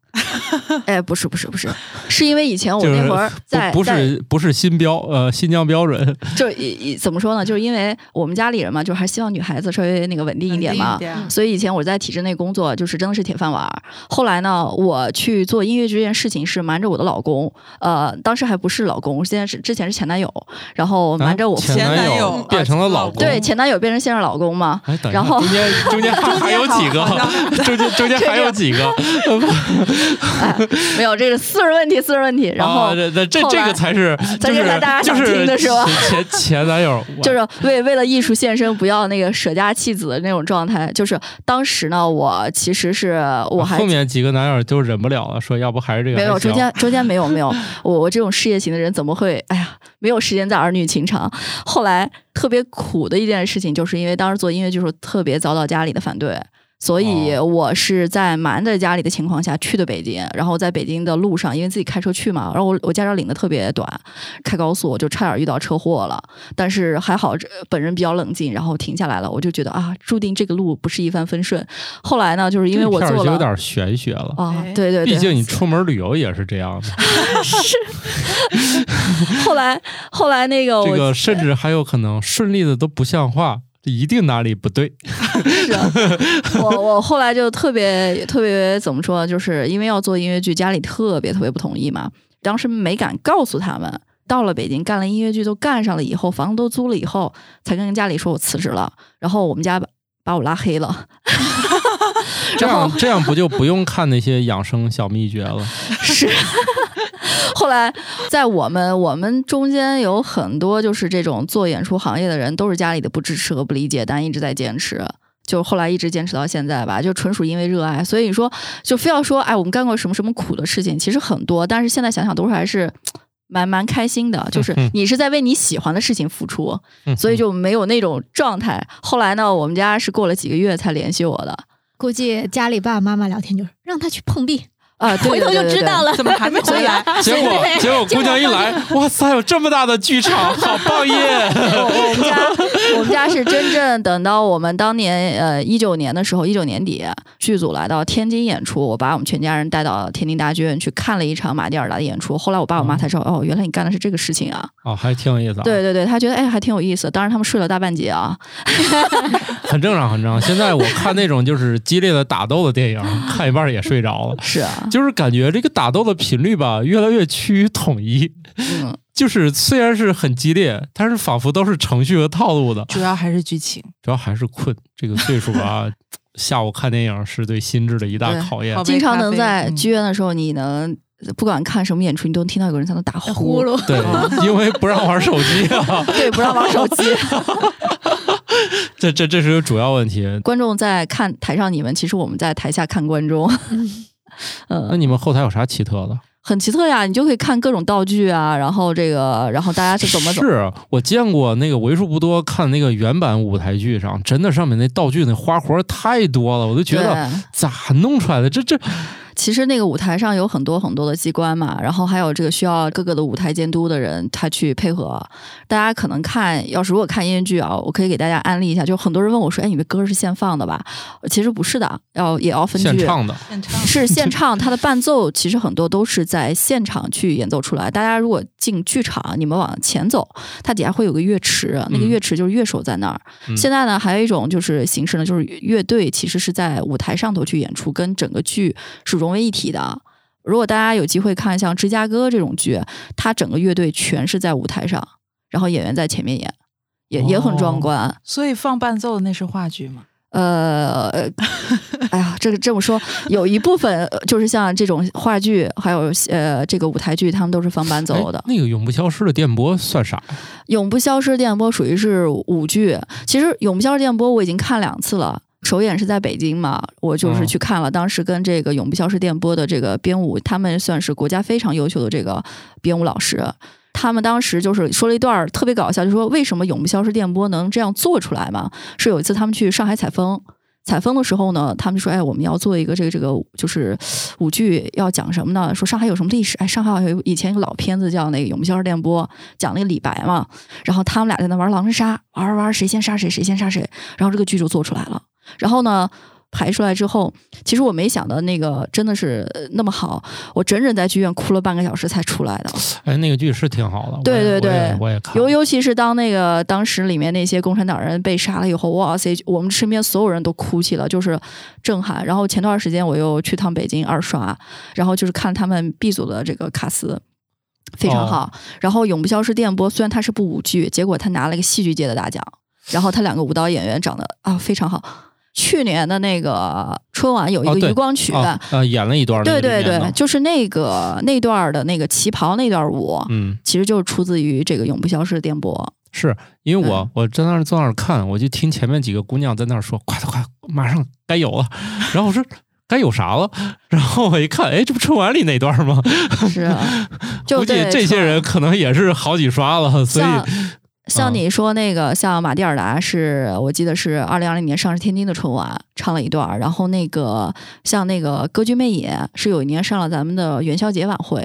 A: 哎，不是不是不是，是因为以前我
B: 就是
A: 那会儿在
B: 不不
A: 在
B: 是不是新标呃新疆标准，
A: 就是以以怎么说呢？就是因为我们家里人嘛，就还希望女孩子稍微那个稳定一点嘛。
D: 点
A: 所以以前我在体制内工作，就是真的是铁饭碗儿。后来呢，我去做音乐剧这件事情是瞒着我的老公，呃，当时还不是老公，现在是之前是前男友，然后瞒着我
B: 啊前
D: 前男友
B: 友哦变成了老公。
A: 对前男友变成现任老公嘛。
B: 哎，等一下，
A: 然后
B: 中间中间还还有几个
D: 好好，
B: 中间中间还有几个，
A: 哎，没有，这是私人问题，私人问题。然后、
B: 啊、这这这
A: 后来
B: 这个才是
A: 才
B: 就是
A: 是大家
B: 就
A: 想听的是吧
B: 前前 男友我
A: 就是为为了艺术献身，不要那个舍家弃子的那种状态。就是当时呢，我其实是我还
B: 啊后面几个男友都忍不了了，说要不还是这个
A: 没有
B: 还行
A: 中间中间没有没有，我我这种事业型的人怎么会哎呀没有时间在儿女情长？后来特别苦的一件事情，就是因为当时做音乐就是特别遭到家里的反对。所以
B: 哦
A: 我是在瞒着家里的情况下去的北京，然后在北京的路上，因为自己开车去嘛，然后我我驾照领的特别短，开高速我就差点遇到车祸了，但是还好这本人比较冷静，然后停下来了，我就觉得啊，注定这个路不是一帆风顺。后来呢，就是因为我
B: 这片儿
A: 做
B: 就
A: 了
B: 有点玄学了。
A: 啊
D: 哎，
A: 对对对，
B: 毕竟你出门旅游也是这样的，
A: 后来后来那个
B: 这
A: 哦我
B: 个甚至还有可能顺利的都不像话，一定哪里 不对。
A: 我我后来就特别特别怎么说呢，就是因为要做音乐剧，家里特别特别不同意嘛，当时没敢告诉他们。到了北京干了音乐剧，都干上了以后，房子都租了以后，才跟家里说我辞职了，然后我们家把把我拉黑了。
B: 这样这样不就不用看那些养生小秘 诀了？
A: 是，后来在我们我们中间有很多就是这种做演出行业的人，都是家里的不支持和不理解，但一直在坚持。就后来一直坚持到现在吧，就纯属因为热爱。所以说，就非要说，哎，我们干过什么什么苦的事情，其实很多，但是现在想想都是还是蛮蛮开心的。就是
B: 嗯嗯
A: 你是在为你喜欢的事情付出，
B: 嗯
A: 所以就没有那种状态。后来呢，我们家是过了几个月才联系我的，
E: 估计家里爸爸妈妈聊天就是让他去碰壁，
A: 啊，对
E: 回头
A: 对
E: 就
A: 对对
E: 知
A: 对
E: 道了。
D: 怎么还没回来？
B: 结果结果姑娘一来，哇塞，有这么大的剧场，好 棒耶！
A: 我我们家我们家是真正等到我们当年呃一九年的时候，一九年底剧组来到天津演出，我把我们全家人带到天津大剧院去看了一场马蒂尔达的演出。后来我爸我妈才知道，哦，原来你干的是这个事情啊！
B: 哦，还挺有意思啊。
A: 对，对对，他觉得哎还挺有意思。当然他们睡了大半截啊，
B: 很正常，很正常。现在我看那种就是激烈的打斗的电影，看一半也睡着了。
A: 是啊，
B: 就是感觉这个打斗的频率吧，越来越趋于统一。
A: 嗯，
B: 就是虽然是很激烈，但是仿佛都是程序和套路的。
D: 主要还是剧情，
B: 主要还是困，这个岁数吧， 下午看电影是对心智的一大
A: 对
B: 考验
D: 好。
A: 经常能
D: 咖
A: 在
D: 啡嗯
A: 剧院的时候，你能不管看什么演出，你都能听到有人在那打呼
E: 呼噜，
B: 对， 因为不让玩手机 啊，
A: 对，不让玩手机。
B: 这这这是个主要问题。
A: 观众在看台上你们，其实我们在台下看观众。嗯
B: 那你们后台有啥奇特的？
A: 很奇特呀，你就可以看各种道具啊，然后这个，然后大家是怎么走。
B: 是我见过那个为数不多看那个原版舞台剧上，真的上面那道具那花活太多了，我就觉得
A: 对，
B: 咋弄出来的？这这
A: 其实那个舞台上有很多很多的机关嘛，然后还有这个需要各个的舞台监督的人他去配合。大家可能看，要是如果看音乐剧啊，我可以给大家安利一下，就很多人问我说：“哎，你们歌是现放的吧？”其实不是的，要也要分
B: 现
A: 剧。
B: 唱的，
D: 现
A: 嗯
D: 场
A: 是现唱，它的伴奏其实很多都是在现场去演奏出来。大家如果进剧场，你们往前走，它底下会有个乐池，那个
B: 嗯
A: 乐池就是乐手在那儿。
B: 嗯
A: 现在呢，还有一种就是形式呢，就是乐队其实是在舞台上头去演出，跟整个剧是融为一体的。如果大家有机会看像《芝加哥》这种剧，它整个乐队全是在舞台上，然后演员在前面演，也也很壮
B: 哦
A: 观。
D: 所以放伴奏的那是话剧嘛？
A: 呃，哎呀，这个这么说，有一部分呃就是像这种话剧，还有呃这个舞台剧，他们都是翻版走的。
B: 哎那个永不消失的电波算啥？
A: 永不消失的电波属于是舞剧，其实永不消失电波我已经看两次了。首演是在北京嘛，我就是
B: 嗯
A: 去看了，当时跟这个永不消失电波的这个编舞，他们算是国家非常优秀的这个编舞老师。他们当时就是说了一段儿特别搞笑，就说为什么永不消失电波能这样做出来嘛？是有一次他们去上海采风，采风的时候呢，他们就说：“哎，我们要做一个这个这个就是舞剧，要讲什么呢？说上海有什么历史？哎，上海有以前有个老片子叫那个《永不消失电波》，讲那个李白嘛。然后他们俩在那玩狼人杀，玩着玩着谁先杀谁，谁先杀谁，然后这个剧就做出来了。然后呢？”排出来之后，其实我没想到那个真的是呃那么好，我整整在剧院哭了半个小时才出来的。
B: 哎，那个剧是挺好的，我
A: 对
B: 也
A: 对对
B: 我也我也看了。
A: 尤尤其是当那个当时里面那些共产党人被杀了以后，哇塞，我们身边所有人都哭泣了，就是震撼。然后前段时间我又去趟北京二刷，然后就是看他们 B 组的这个卡斯。非
B: 哦
A: 常好，然后《永不消失电波》虽然它是部舞剧，结果他拿了一个戏剧界的大奖。然后他两个舞蹈演员长得啊非常好。去年的那个春晚有
B: 哦
A: 一个
B: 对
A: 余光曲，
B: 啊呃演了一段儿那
A: 对
B: 个
A: 对
B: 里面
A: 对，
B: 的，
A: 就是那个那段儿的那个旗袍那段儿舞，
B: 嗯，
A: 其实就是出自于这个《永不消失的电波》。
B: 是因为
A: 嗯
B: 我我在那儿坐那儿看，我就听前面几个姑娘在那儿说：“快快，马上该有了。”然后我说。该有啥了？ 然后我一看，哎，这不春晚里那段吗？
A: 是，啊就
B: 估计
A: 对
B: 这些
A: 从
B: 人可能也是好几刷了，所以
A: 像
B: 嗯
A: 像你说那个，像马蒂尔达是，我记得是二零二零年上是天津的春晚唱了一段儿，然后那个像那个歌剧魅影是有一年上了咱们的元宵节晚会，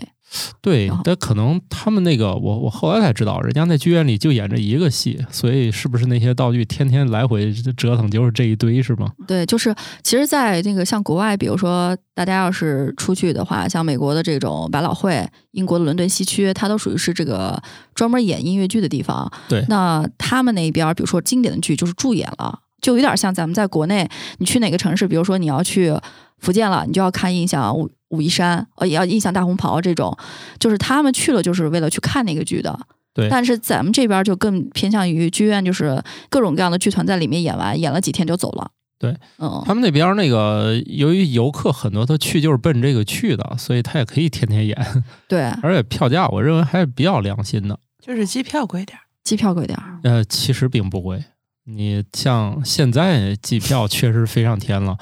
B: 对
A: 然后，
B: 但可能他们那个，我我后来才知道，人家那剧院里就演这一个戏，所以是不是那些道具天天来回折腾，就是这一堆是吗？
A: 对，就是其实，在那个像国外，比如说大家要是出去的话，像美国的这种百老汇、英国的伦敦西区，它都属于是这个专门演音乐剧的地方。
B: 对
A: 那他们那边儿，比如说经典的剧就是驻演了，就有点像咱们在国内，你去哪个城市，比如说你要去福建了，你就要看印象武武夷山，呃，也要印象大红袍这种，就是他们去了就是为了去看那个剧的。
B: 对
A: 但是咱们这边儿就更偏向于剧院，就是各种各样的剧团在里面演完，演了几天就走了。
B: 对，
A: 嗯，
B: 他们那边那个，由于游客很多，他去就是奔这个去的，所以他也可以天天演，
A: 对，
B: 而且票价我认为还是比较良心的。
D: 就是机票贵点儿。
A: 机票贵点儿，
B: 呃，其实并不贵，你像现在机票确实飞上天了。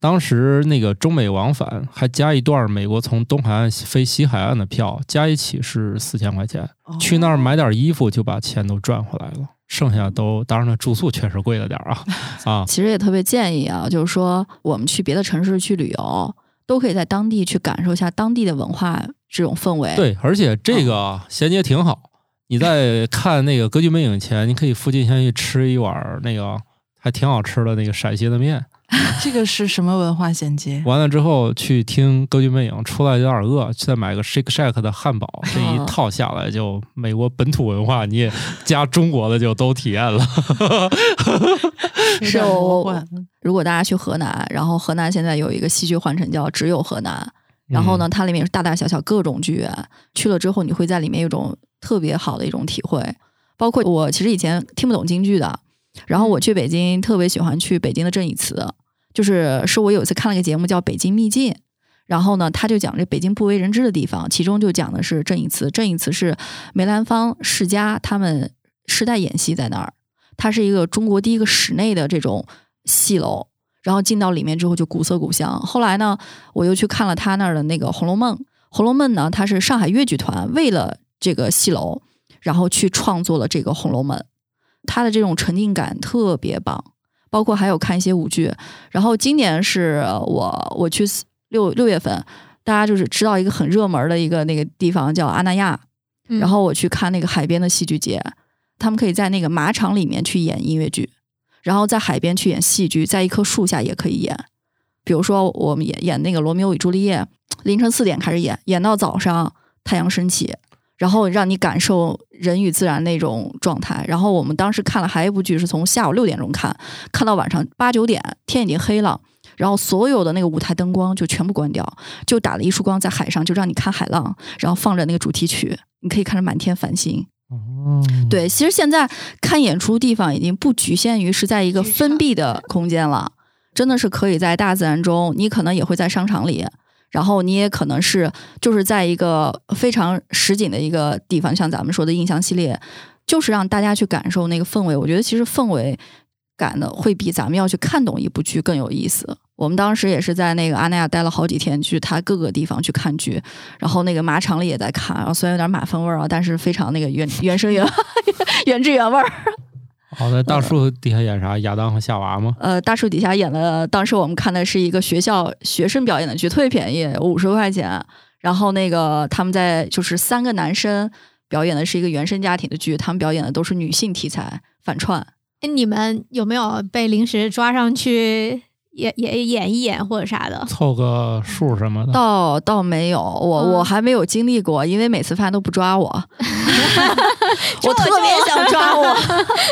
B: 当时那个中美往返还加一段美国从东海岸飞西海岸的票，加一起是四千块钱。
D: 哦
B: 去那儿买点衣服就把钱都赚回来了，剩下都当然了，住宿确实贵了点儿啊啊，
A: 其实也特别建议啊，就是说我们去别的城市去旅游，都可以在当地去感受一下当地的文化这种氛围。，
B: 对，而且这个啊衔接挺好。你在看那个歌剧魅影前，你可以附近先去吃一碗儿那个还挺好吃的那个陕西的面，
D: 这个是什么文化衔接？
B: 完了之后去听歌剧魅影，出来有点饿，再买个 Shake Shack 的汉堡，这一
A: 啊
B: 套下来就美国本土文化，你也加中国的就都体验了。
D: 有
A: 是
D: 点魔
A: 我
D: 幻
A: 如果大家去河南，然后河南现在有一个戏剧换城叫“只有河南”，然后呢，它里面是大大小小各种剧院，去了之后你会在里面有一种特别好的一种体会。包括我其实以前听不懂京剧的，然后我去北京特别喜欢去北京的郑义慈，就是是我有一次看了个节目叫《北京秘境》。然后呢，他就讲这北京不为人知的地方，其中就讲的是郑义慈。郑义慈是梅兰芳世家他们世代演戏在那儿，它是一个中国第一个室内的这种戏楼。然后进到里面之后就古色古香。后来呢，我又去看了他那儿的那个《红楼梦》，《红楼梦》呢，它是上海越剧团为了这个戏楼，然后去创作了这个《红楼梦》，它的这种沉浸感特别棒。包括还有看一些舞剧，然后今年是我我去四六六月份，大家就是知道一个很热门的一个那个地方叫阿那亚，
E: 嗯
A: 然后我去看那个海边的戏剧节，他们可以在那个马场里面去演音乐剧，然后在海边去演戏剧，在一棵树下也可以演。比如说，我们演演那个《罗密欧与朱丽叶》，凌晨四点开始演，演到早上太阳升起，然后让你感受人与自然那种状态。然后我们当时看了还有一部剧，是从下午六点钟看，看到晚上八九点，天已经黑了，然后所有的那个舞台灯光就全部关掉，就打了一束光在海上，就让你看海浪，然后放着那个主题曲，你可以看着满天繁星。
B: 哦，
A: 对，其实现在看演出地方已经不局限于是在一个封闭的空间了。真的是可以在大自然中，你可能也会在商场里，然后你也可能是就是在一个非常实景的一个地方，像咱们说的印象系列，就是让大家去感受那个氛围。我觉得其实氛围感的会比咱们要去看懂一部剧更有意思。我们当时也是在那个阿那亚待了好几天，去他各个地方去看剧，然后那个马场里也在看，然后虽然有点马粪味儿啊，但是非常那个原原生原 原汁原味儿。
B: 好哦在大树底下演啥？亚当和夏娃吗？
A: 呃，大树底下演了，当时我们看的是一个学校学生表演的剧，特别便宜，五十块钱。然后那个他们在就是三个男生表演的是一个原生家庭的剧，他们表演的都是女性题材反串。
E: 哎，你们有没有被临时抓上去演演演一演或者啥的？
B: 凑个数什么的。
A: 倒倒没有，我、
E: 嗯
A: 我还没有经历过，因为每次饭都不抓我， 我
E: 这
A: 特别想抓我。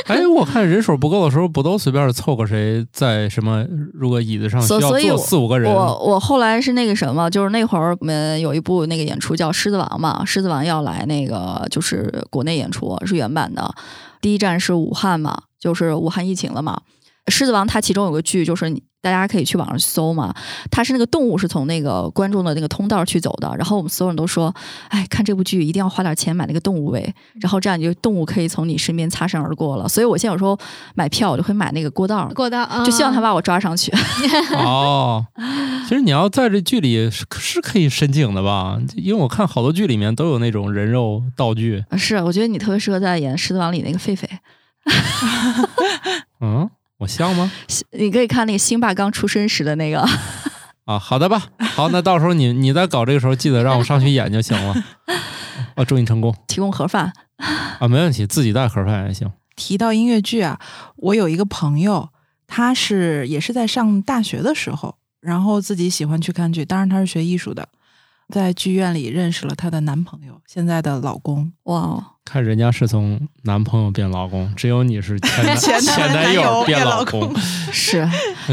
B: 哎，我看人手不够的时候，不都随便凑个谁在什么？如果椅子上需
A: 所
B: 要
A: 所以
B: 坐
A: 我
B: 四五个人，
A: 我我后来是那个什么，就是那会儿我们有一部那个演出叫《狮子王》嘛，《狮子王》要来那个就是国内演出是原版的，第一站是武汉嘛，就是武汉疫情了嘛。《狮子王》它其中有个剧，就是你大家可以去网上搜嘛，它是那个动物是从那个观众的那个通道去走的，然后我们所有人都说，哎，看这部剧一定要花点钱买那个动物位，然后这样你就动物可以从你身边擦身而过了。所以我现在有时候买票，我就会买那个过道儿，
E: 过到、嗯、
A: 就希望他把我抓上去。
B: 哦，其实你要在这剧里是是可以申请的吧？因为我看好多剧里面都有那种人肉道具。
A: 啊是，我觉得你特别适合在演《狮子王》里那个狒狒。
B: 嗯，我像吗？
A: 你可以看那个辛巴刚出生时的那个，
B: 啊，好的吧，好，那到时候你你在搞这个时候，记得让我上去演就行了。啊，祝你成功
A: 提供盒饭，
B: 啊，没问题，自己带盒饭也行。
D: 提到音乐剧啊，我有一个朋友，他是也是在上大学的时候，然后自己喜欢去看剧，当然他是学艺术的，在剧院里认识了她的男朋友，现在的老 公。
A: 哇哦！
B: 看人家是从男朋友变老公，只有你是前男
D: 前男
B: 前男
D: 友
B: 友
D: 变
B: 老
D: 老
B: 公
D: 公。
A: 是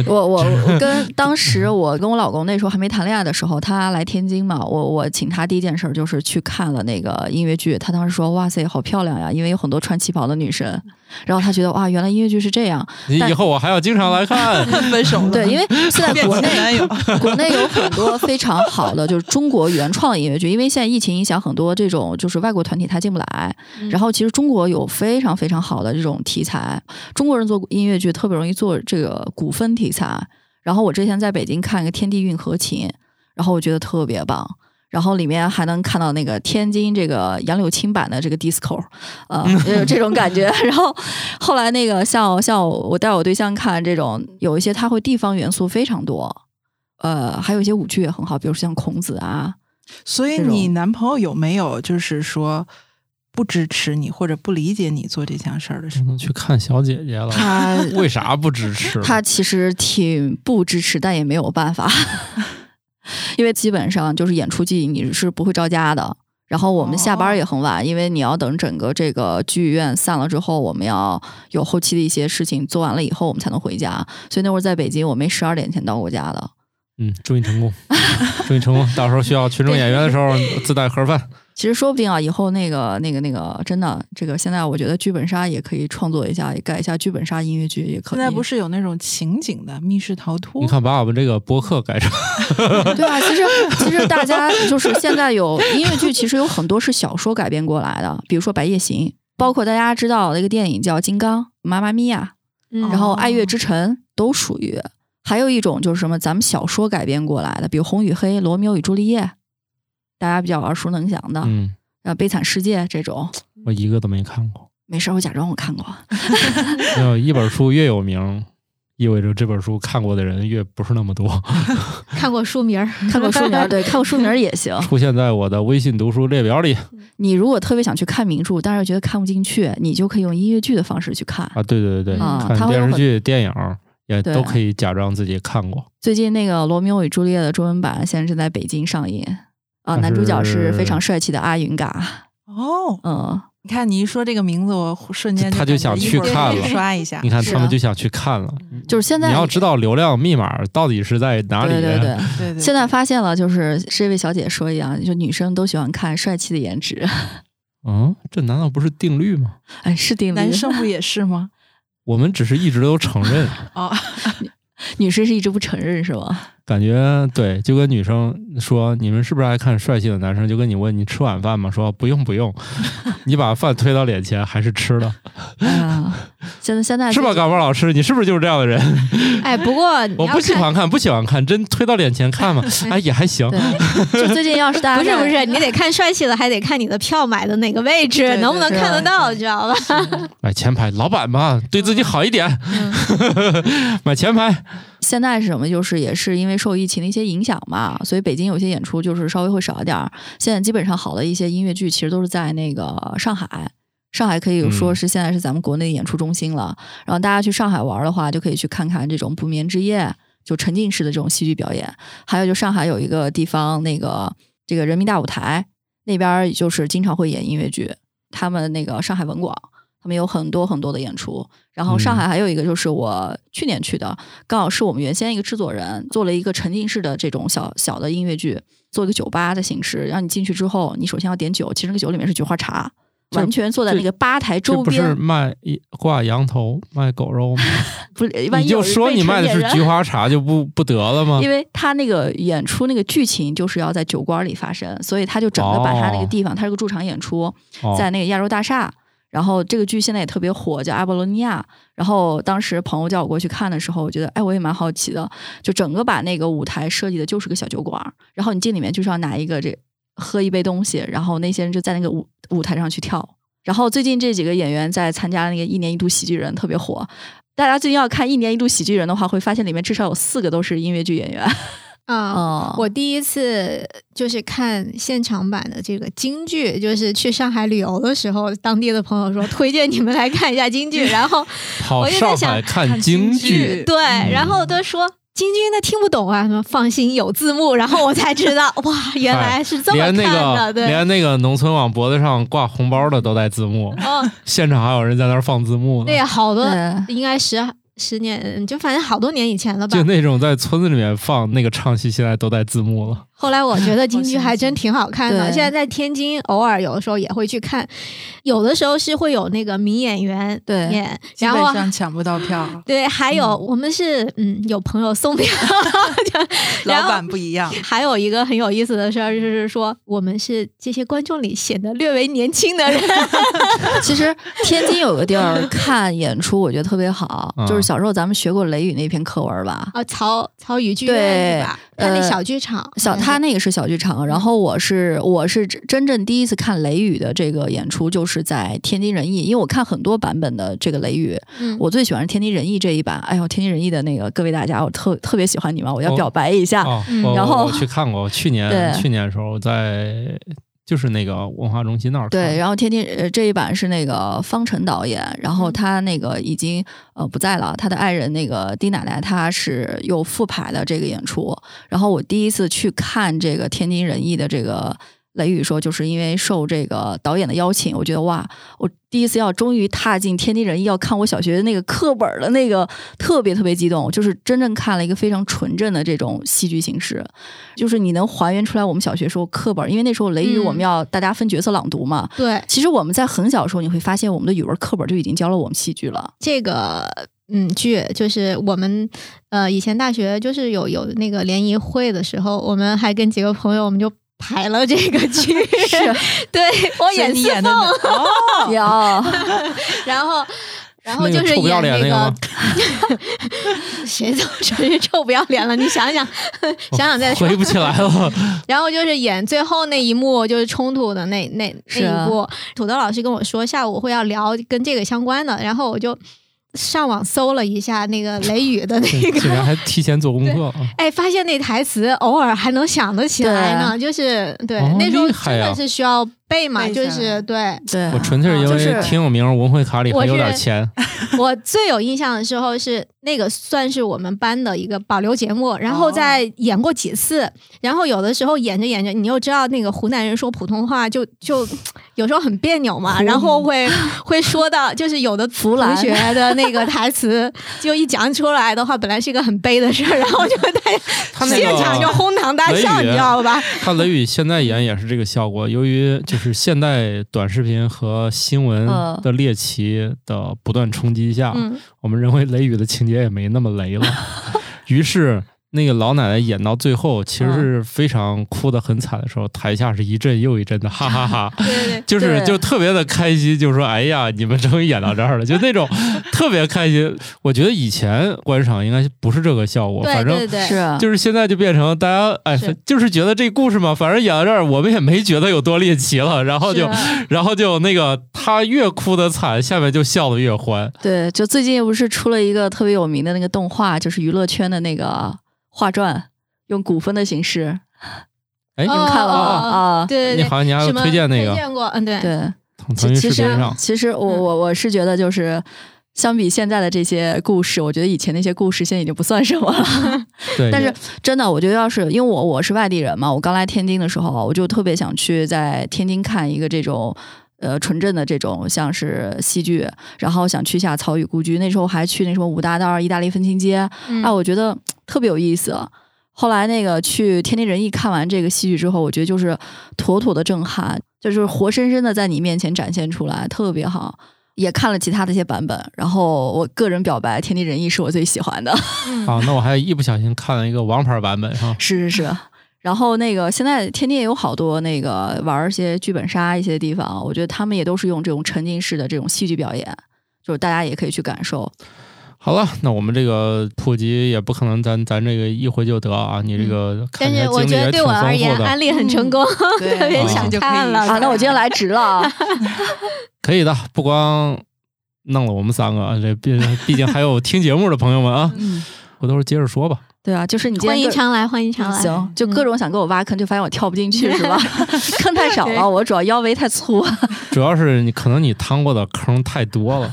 A: 我我我跟当时我跟我老公那时候还没谈恋爱的时候，他来天津嘛，我我请他第一件事儿就是去看了那个音乐剧，他当时说哇塞好漂亮呀，因为有很多穿旗袍的女生，然后他觉得哇原来音乐剧是这样，
B: 你以后我还要经常来看。
D: 分手了，
A: 对，因为现在
D: 变
A: 国
D: 前
A: 内
D: 男友。
A: 国内有很多非常好的，就是中国原创音乐剧，因为现在疫情影响，很多这种就是外国团体他进不来。
E: 嗯
A: 然后其实中国有非常非常好的这种题材，中国人做音乐剧特别容易做这个古风题材。然后我之前在北京看一个《天地运河琴》，然后我觉得特别棒。然后里面还能看到那个天津这个杨柳青版的这个 disco，呃，有这种感觉。然后后来那个像像我带我对象看这种，有一些它会地方元素非常多，呃，还有一些舞剧也很好，比如像孔子啊，
D: 所以
A: 这种
D: 你男朋友有没有就是说不支持你或者不理解你做这件事儿的时
B: 只
D: 候？
B: 能去看小姐姐了，
A: 他
B: 为啥不支持？
A: 他其实挺不支持，但也没有办法， 因为基本上就是演出季你是不会招家的。然后我们下班也很晚，因为你要等整个这个剧院散了之后，我们要有后期的一些事情做完了以后，我们才能回家。所以那会儿在北京，我没十二点前到过家的。
B: 嗯，祝你成功，祝你成功。到时候需要群众演员的时候，自带盒饭。
A: 其实说不定啊，以后那个那个那个，真的，这个现在我觉得剧本杀也可以创作一下，也改一下剧本杀音乐剧也可以。
D: 现在不是有那种情景的密室逃脱？
B: 你看，把我们这个播客改成
A: 对啊，其实其实大家就是现在有音乐剧，其实有很多是小说改编过来的，比如说《白夜行》，包括大家知道的一个电影叫《金刚》《妈妈咪呀
E: 嗯》，
A: 然后《
D: 哦
A: 爱乐之城》都属于。还有一种就是什么，咱们小说改编过来的，比如《红与黑》《罗密欧与朱丽叶》，大家比较耳熟能详的，
B: 嗯，
A: 呃，《悲惨世界》这种。
B: 我一个都没看过。
A: 没事儿，我假装我看过。
B: 要一本书越有名，意味着这本书看过的人越不是那么多。
A: 哦
E: 看过书名儿，
A: 看过书名儿，对，看过书名儿也行。
B: 出现在我的微信读书列表里
A: 你如果特别想去看名著，但是觉得看不进去，你就可以用音乐剧的方式去看。
B: 啊，对对对对，
A: 啊它
B: 看
A: 会有
B: 电视
A: 很
B: 剧、电影也
A: 对
B: 都可以假装自己看过。
A: 最近那个《罗密欧与朱丽叶》的中文版现在正在北京上映啊，
B: 那
A: 男主角是
B: 是
A: 非常帅气的阿云嘎，
D: 哦，
A: 嗯，
D: 你看你一说这个名字，我瞬间
B: 他就想
D: 感觉
B: 去
D: 一会儿
B: 看
D: 就
B: 了
D: 刷一下
B: 你。看
A: 是
B: 他们
A: 啊
B: 就想去看了。
A: 就是现在
B: 嗯你要知道流量密码到底是在哪里。
A: 对对对。
D: 对对，
A: 现在发现了，就是这位小姐说一样，就女生都喜欢看帅气的颜值，
B: 嗯，这难道不是定律吗？
A: 哎，是定律。
D: 男生不也是吗？
B: 我们只是一直都承认，
D: 哦，
A: 女生是一直不承认是 吗？
B: 感觉对，就跟女生说你们是不是爱看帅气的男生，就跟你问你吃晚饭吗？说不用 不用，你把饭推到脸前还是吃了，
A: 哎呀，现在现在
B: 是吧？
A: 就
B: 感冒老师，你是不是就是这样的人？
E: 哎，不过你
B: 我
E: 要
B: 不喜
E: 看，
B: 欢看，不喜欢看，真推到脸 前看嘛，哎也还行。
A: 对，就最近要 是大家
E: 不是
A: 在
E: 不是，你得看帅气的，还得看你的票买的哪个位置，
D: 对对
E: 能不能
D: 对
E: 看得
D: 对
E: 到，知道吧？
B: 买前排，老板嘛，对自己好一点。
A: 嗯
B: 买前排，
A: 现在是什么？就是也是因为受疫情的一些影响嘛，所以北京有些演出就是稍微会少一点儿。现在基本上好的一些音乐剧其实都是在那个上海，上海可以说是现在是咱们国内演出中心了。然后大家去上海玩的话，就可以去看看这种不眠之夜，就沉浸式的这种戏剧表演。还有就上海有一个地方，那个这个人民大舞台那边儿就是经常会演音乐剧，他们那个上海文广。他们有很多很多的演出，然后
B: 嗯
A: 上海还有一个就是我去年去的，刚好是我们原先一个制作人做了一个沉浸式的这种小小的音乐剧，做一个酒吧的形式，让你进去之后，你首先要点酒，其实那个酒里面是菊花茶，
B: 这
A: 完全坐在那个吧台
B: 这
A: 周
B: 不是
A: 边，
B: 卖一挂羊头卖狗肉吗？
A: 不是， 万一
B: 你就
A: 有一
B: 说
A: 位
B: 你
A: 成
B: 卖的
A: 年
B: 是
A: 人
B: 菊花茶就不不得了吗？
A: 因为他那个演出那个剧情就是要在酒馆里发生，所以他就整个把他那个地方，他是个驻场演出，
B: 哦
A: 在那个亚洲大厦。然后这个剧现在也特别火，叫《阿波罗尼亚》。然后当时朋友叫我过去看的时候，我觉得哎，我也蛮好奇的，就整个把那个舞台设计的就是个小酒馆儿，然后你进里面就是要拿一个这喝一杯东西，然后那些人就在那个舞舞台上去跳。然后最近这几个演员在参加那个一年一度喜剧人特别火，大家最近要看一年一度喜剧人的话，会发现里面至少有四个都是音乐剧演员。
E: 啊、
A: 哦
E: 我第一次就是看现场版的这个京剧，就是去上海旅游的时候，当地的朋友说推荐你们来看一下京剧，然后
B: 跑
E: 我就在
B: 哦上
E: 想
B: 海看
D: 看
B: 京
D: 京
B: 剧嗯
D: 剧，
E: 对，然后都说。京剧那听不懂啊，什么放心有字幕，然后我才知道 哇，原来是这么看
B: 连
E: 的，
B: 那
A: 啊
B: 个
E: 对，
B: 连那个农村往脖子上挂红包的都带 字幕，
E: 哦，
B: 现场还有人在那儿放字幕呢
E: 对，。好多
B: 嗯
A: 对
E: 应该十十年，就反正好多年以前了吧
B: 就。那种在村子里面放那个唱戏，现在都带字幕了。
E: 后来我觉得京剧还真挺好看的，
A: 对
E: 现在在天津偶尔有的时候也会去看，有的时候是会有那个名演员
A: 对
E: 演，
D: 基
E: 然
D: 本
E: 后
D: 上抢不到票，
E: 对，还有、我们是嗯有朋友送票， 就 然
D: 老
E: 后
D: 板不一样。
E: 还有一个很有意思的事儿，就是说我们是这些观众里显得略为年轻的人，
A: 其实天津有个地儿看演出，我觉得特别好，
B: 嗯
A: 就是小时候咱们学过《雷雨》那篇课文吧。
E: 啊，曹曹禺剧院
A: 对
E: 是吧？他那
A: 呃
E: 小剧场，
A: 小他那个是小剧场，然后我是我是真正第一次看《雷雨》的这个演出，就是在天津人艺，因为我看很多版本的这个《雷雨》，
E: 嗯
A: 我最喜欢是天津人艺这一版。哎呦，天津人艺的那个各位大家，我特特别喜欢你们，我要
B: 哦
A: 表白一下。
B: 哦
E: 嗯，
B: 我
A: 啊然后
B: 我去看过，我去年
A: 对
B: 去年的时候在就是那个文化中心那儿看
A: 对，然后天津呃这一版是那个方晨导演，然后他那个已经呃不在了，他的爱人那个丁奶奶她是有复排的这个演出，然后我第一次去看这个天津人艺的这个。雷雨说，就是因为受这个导演的邀请，我觉得哇，我第一次要终于踏进天津人艺，要看我小学那个课本儿的那个，特别特别激动，就是真正看了一个非常纯正的这种戏剧形式，就是你能还原出来我们小学时候课本儿，因为那时候雷雨
E: 嗯
A: 我们要大家分角色朗读嘛，
E: 对
A: 其实我们在很小的时候，你会发现我们的语文课本就已经教了我们戏剧了。
E: 这个嗯剧，就是我们呃以前大学就是有有那个联谊会的时候，我们还跟几个朋友我们就排了这个剧，
B: 啊
E: 对我
D: 所以
E: 演
D: 你
E: 四
D: 演的哪
E: 凤，
D: 哦，
A: 有、
E: 然 后。然后
B: 那个
E: 就是
B: 臭不要
E: 演
B: 脸那个
E: 个
B: 吗，
E: 谁都真是臭不要脸了。你想 想，想想再说
B: 哦回。不起来了。
E: 然后就是演最后那一幕，就是冲突的那那那
A: 是啊
E: 一幕。土豆老师跟我说下午会要聊跟这个相关的，然后我就上网搜了一下那个雷雨的那
B: 竟 然
E: 个，
B: 还提前做功课啊！
E: 哎，发现那台词偶尔还能想得起来呢，就是对、
B: 啊哦
E: 那时候
B: 厉害
E: 真
B: 啊
E: 的是需要背嘛，
D: 背下
E: 就
D: 来
E: 是对
A: 对
B: 我纯粹是因
A: 就
B: 为
A: 是
B: 听我名儿文汇卡里还有点钱，
E: 我最有印象的时候是那个算是我们班的一个保留节目，然后再演过几次，然后有的时候演着演着，你又知道那个湖南人说普通话就就有时候很别扭嘛，然后会会说到就是有的
A: 湖
E: 同
A: 南
E: 学的那个台词，就一讲出来的话，本来是一个很悲的事儿，然后就大家
B: 他那个
E: 现场就哄堂大笑，
B: 雷雨
E: 你知道吧？
B: 他雷雨现在演也是这个效果。由于就是现代短视频和新闻
A: 嗯
B: 的猎奇的不断冲击下，
E: 嗯，
B: 我们认为雷雨的情节也没那么雷了。于是那个老奶奶演到最后，其实
E: 嗯
B: 是非常哭得很惨的时候，台下是一阵又一阵的哈哈 哈
E: 对对对，
B: 就是
A: 对
B: 就特别的开心，就是说，哎呀，你们终于演到这儿了，就那种特别开心。我觉得以前观赏应该不是这个效果，
E: 对
B: 反
E: 对
B: 正。
E: 对，
A: 是啊，
B: 就是现在就变成大家哎
E: 嗯是，
B: 就是觉得这故事嘛，反正演到这儿，我们也没觉得有多猎奇了，然后
E: 是
B: 就，然后就那个他越哭的惨，下面就笑的越欢。
A: 对，就最近不是出了一个特别有名的那个动画，就是娱乐圈的那个画传，用股份的形式，
B: 哎，你
A: 你
B: 们
A: 们看了吗？
E: 哦哦哦
A: 啊，
E: 对对
B: 你
E: 对，
B: 好像你还有
E: 什么
B: 推荐那个
E: 推荐过，嗯，对，
A: 对，
B: 腾腾
A: 其
B: 讯
A: 其
B: 视频
A: 实
E: 啊
B: 上，
A: 其实我我我是觉得就是。相比现在的这些故事，我觉得以前那些故事现在已经不算什么了。
B: 对，
A: 但是真的，我觉得要是因为我我是外地人嘛，我刚来天津的时候，啊我就特别想去在天津看一个这种呃纯正的这种像是戏剧，然后想去一下曹禺故居。那时候还去那什么五大道、意大利分清街，
E: 嗯
A: 啊，我觉得特别有意思。后来那个去天地人艺看完这个戏剧之后，我觉得就是妥妥的震撼，就是活生生的在你面前展现出来，特别好。也看了其他的一些版本，然后我个人表白，天地人艺是我最喜欢的，
E: 嗯
B: 啊，那我还一不小心看了一个王牌版本哈，
A: 是是是。然后那个现在天津也有好多那个玩儿一些剧本杀一些地方，我觉得他们也都是用这种沉浸式的这种戏剧表演，就是大家也可以去感受。
B: 好了，那我们这个普及也不可能咱咱这个一回就得啊，你这个看
E: 嗯但
B: 起来
E: 是
B: 经
E: 我
B: 历
E: 觉
B: 也
E: 得对
B: 挺
E: 我而
B: 丰
E: 言
B: 富，的，
E: 安利很成功，
D: 对
E: 特别
B: 啊
E: 想
D: 就可以
E: 看
D: 啊
E: 了。
A: 啊，那我今天来值了啊！
B: 可以的，不光弄了我们三个，啊，这毕 毕竟还有听节目的朋友们啊，
A: 嗯，
B: 回头接着 说吧。
A: 对啊，就是你今天
E: 欢迎
A: 个
E: 常来，欢迎常来。
A: 行，就各种想给我挖坑，就发现我跳不进去，是吧？坑太少了，我主要腰围太粗。
B: 主要是你可能你趟过的坑太多了，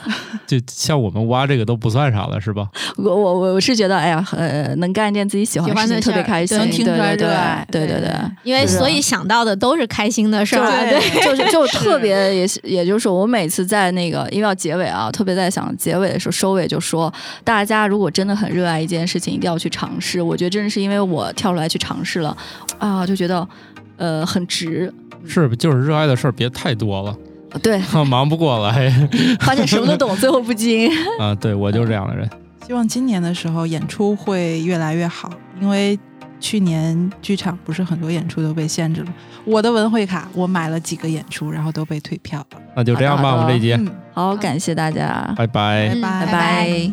B: 就像我们挖这个都不算啥了，是吧？
A: 我我我我是觉得，哎呀，呃，能干一件自己喜欢
E: 喜欢
A: 事情
E: 的事
A: 特
E: 儿
A: 别开心，
E: 对
A: 对
E: 能
D: 听出来
A: 对
D: 热爱
A: 对，对
D: 对
A: 对对。
E: 因为
B: 是
A: 啊
E: 所以想到的都是开心的事儿，
D: 对
E: 对，
A: 就是就特别也是，也就是我每次在那个因为要结尾啊，特别在想结尾的时候，收尾就说，大家如果真的很热爱一件事情，一定要去尝试。我觉得真的是因为我跳出来去尝试了，啊，就觉得呃很值。
B: 是，就是热爱的事儿别太多了，
A: 对，
B: 忙不过 来
A: 发现什么都懂，最后不精。
B: 啊。对我就是这样的人。
D: 希望今年的时候演出会越来越好，因为去年剧场不是很多演出都被限制了。我的文汇卡我买了几个演出，然后都被退票了。
B: 那就这样吧，
A: 好
B: 我
A: 的
B: 们这一节，
D: 嗯，
A: 好，感谢大家。
B: 拜拜。
D: 拜
E: 嗯
D: 拜
E: 拜拜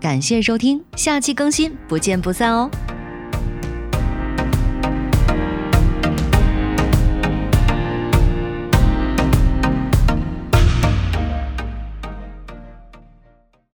C: 感谢收听，下期更新，不见不散哦。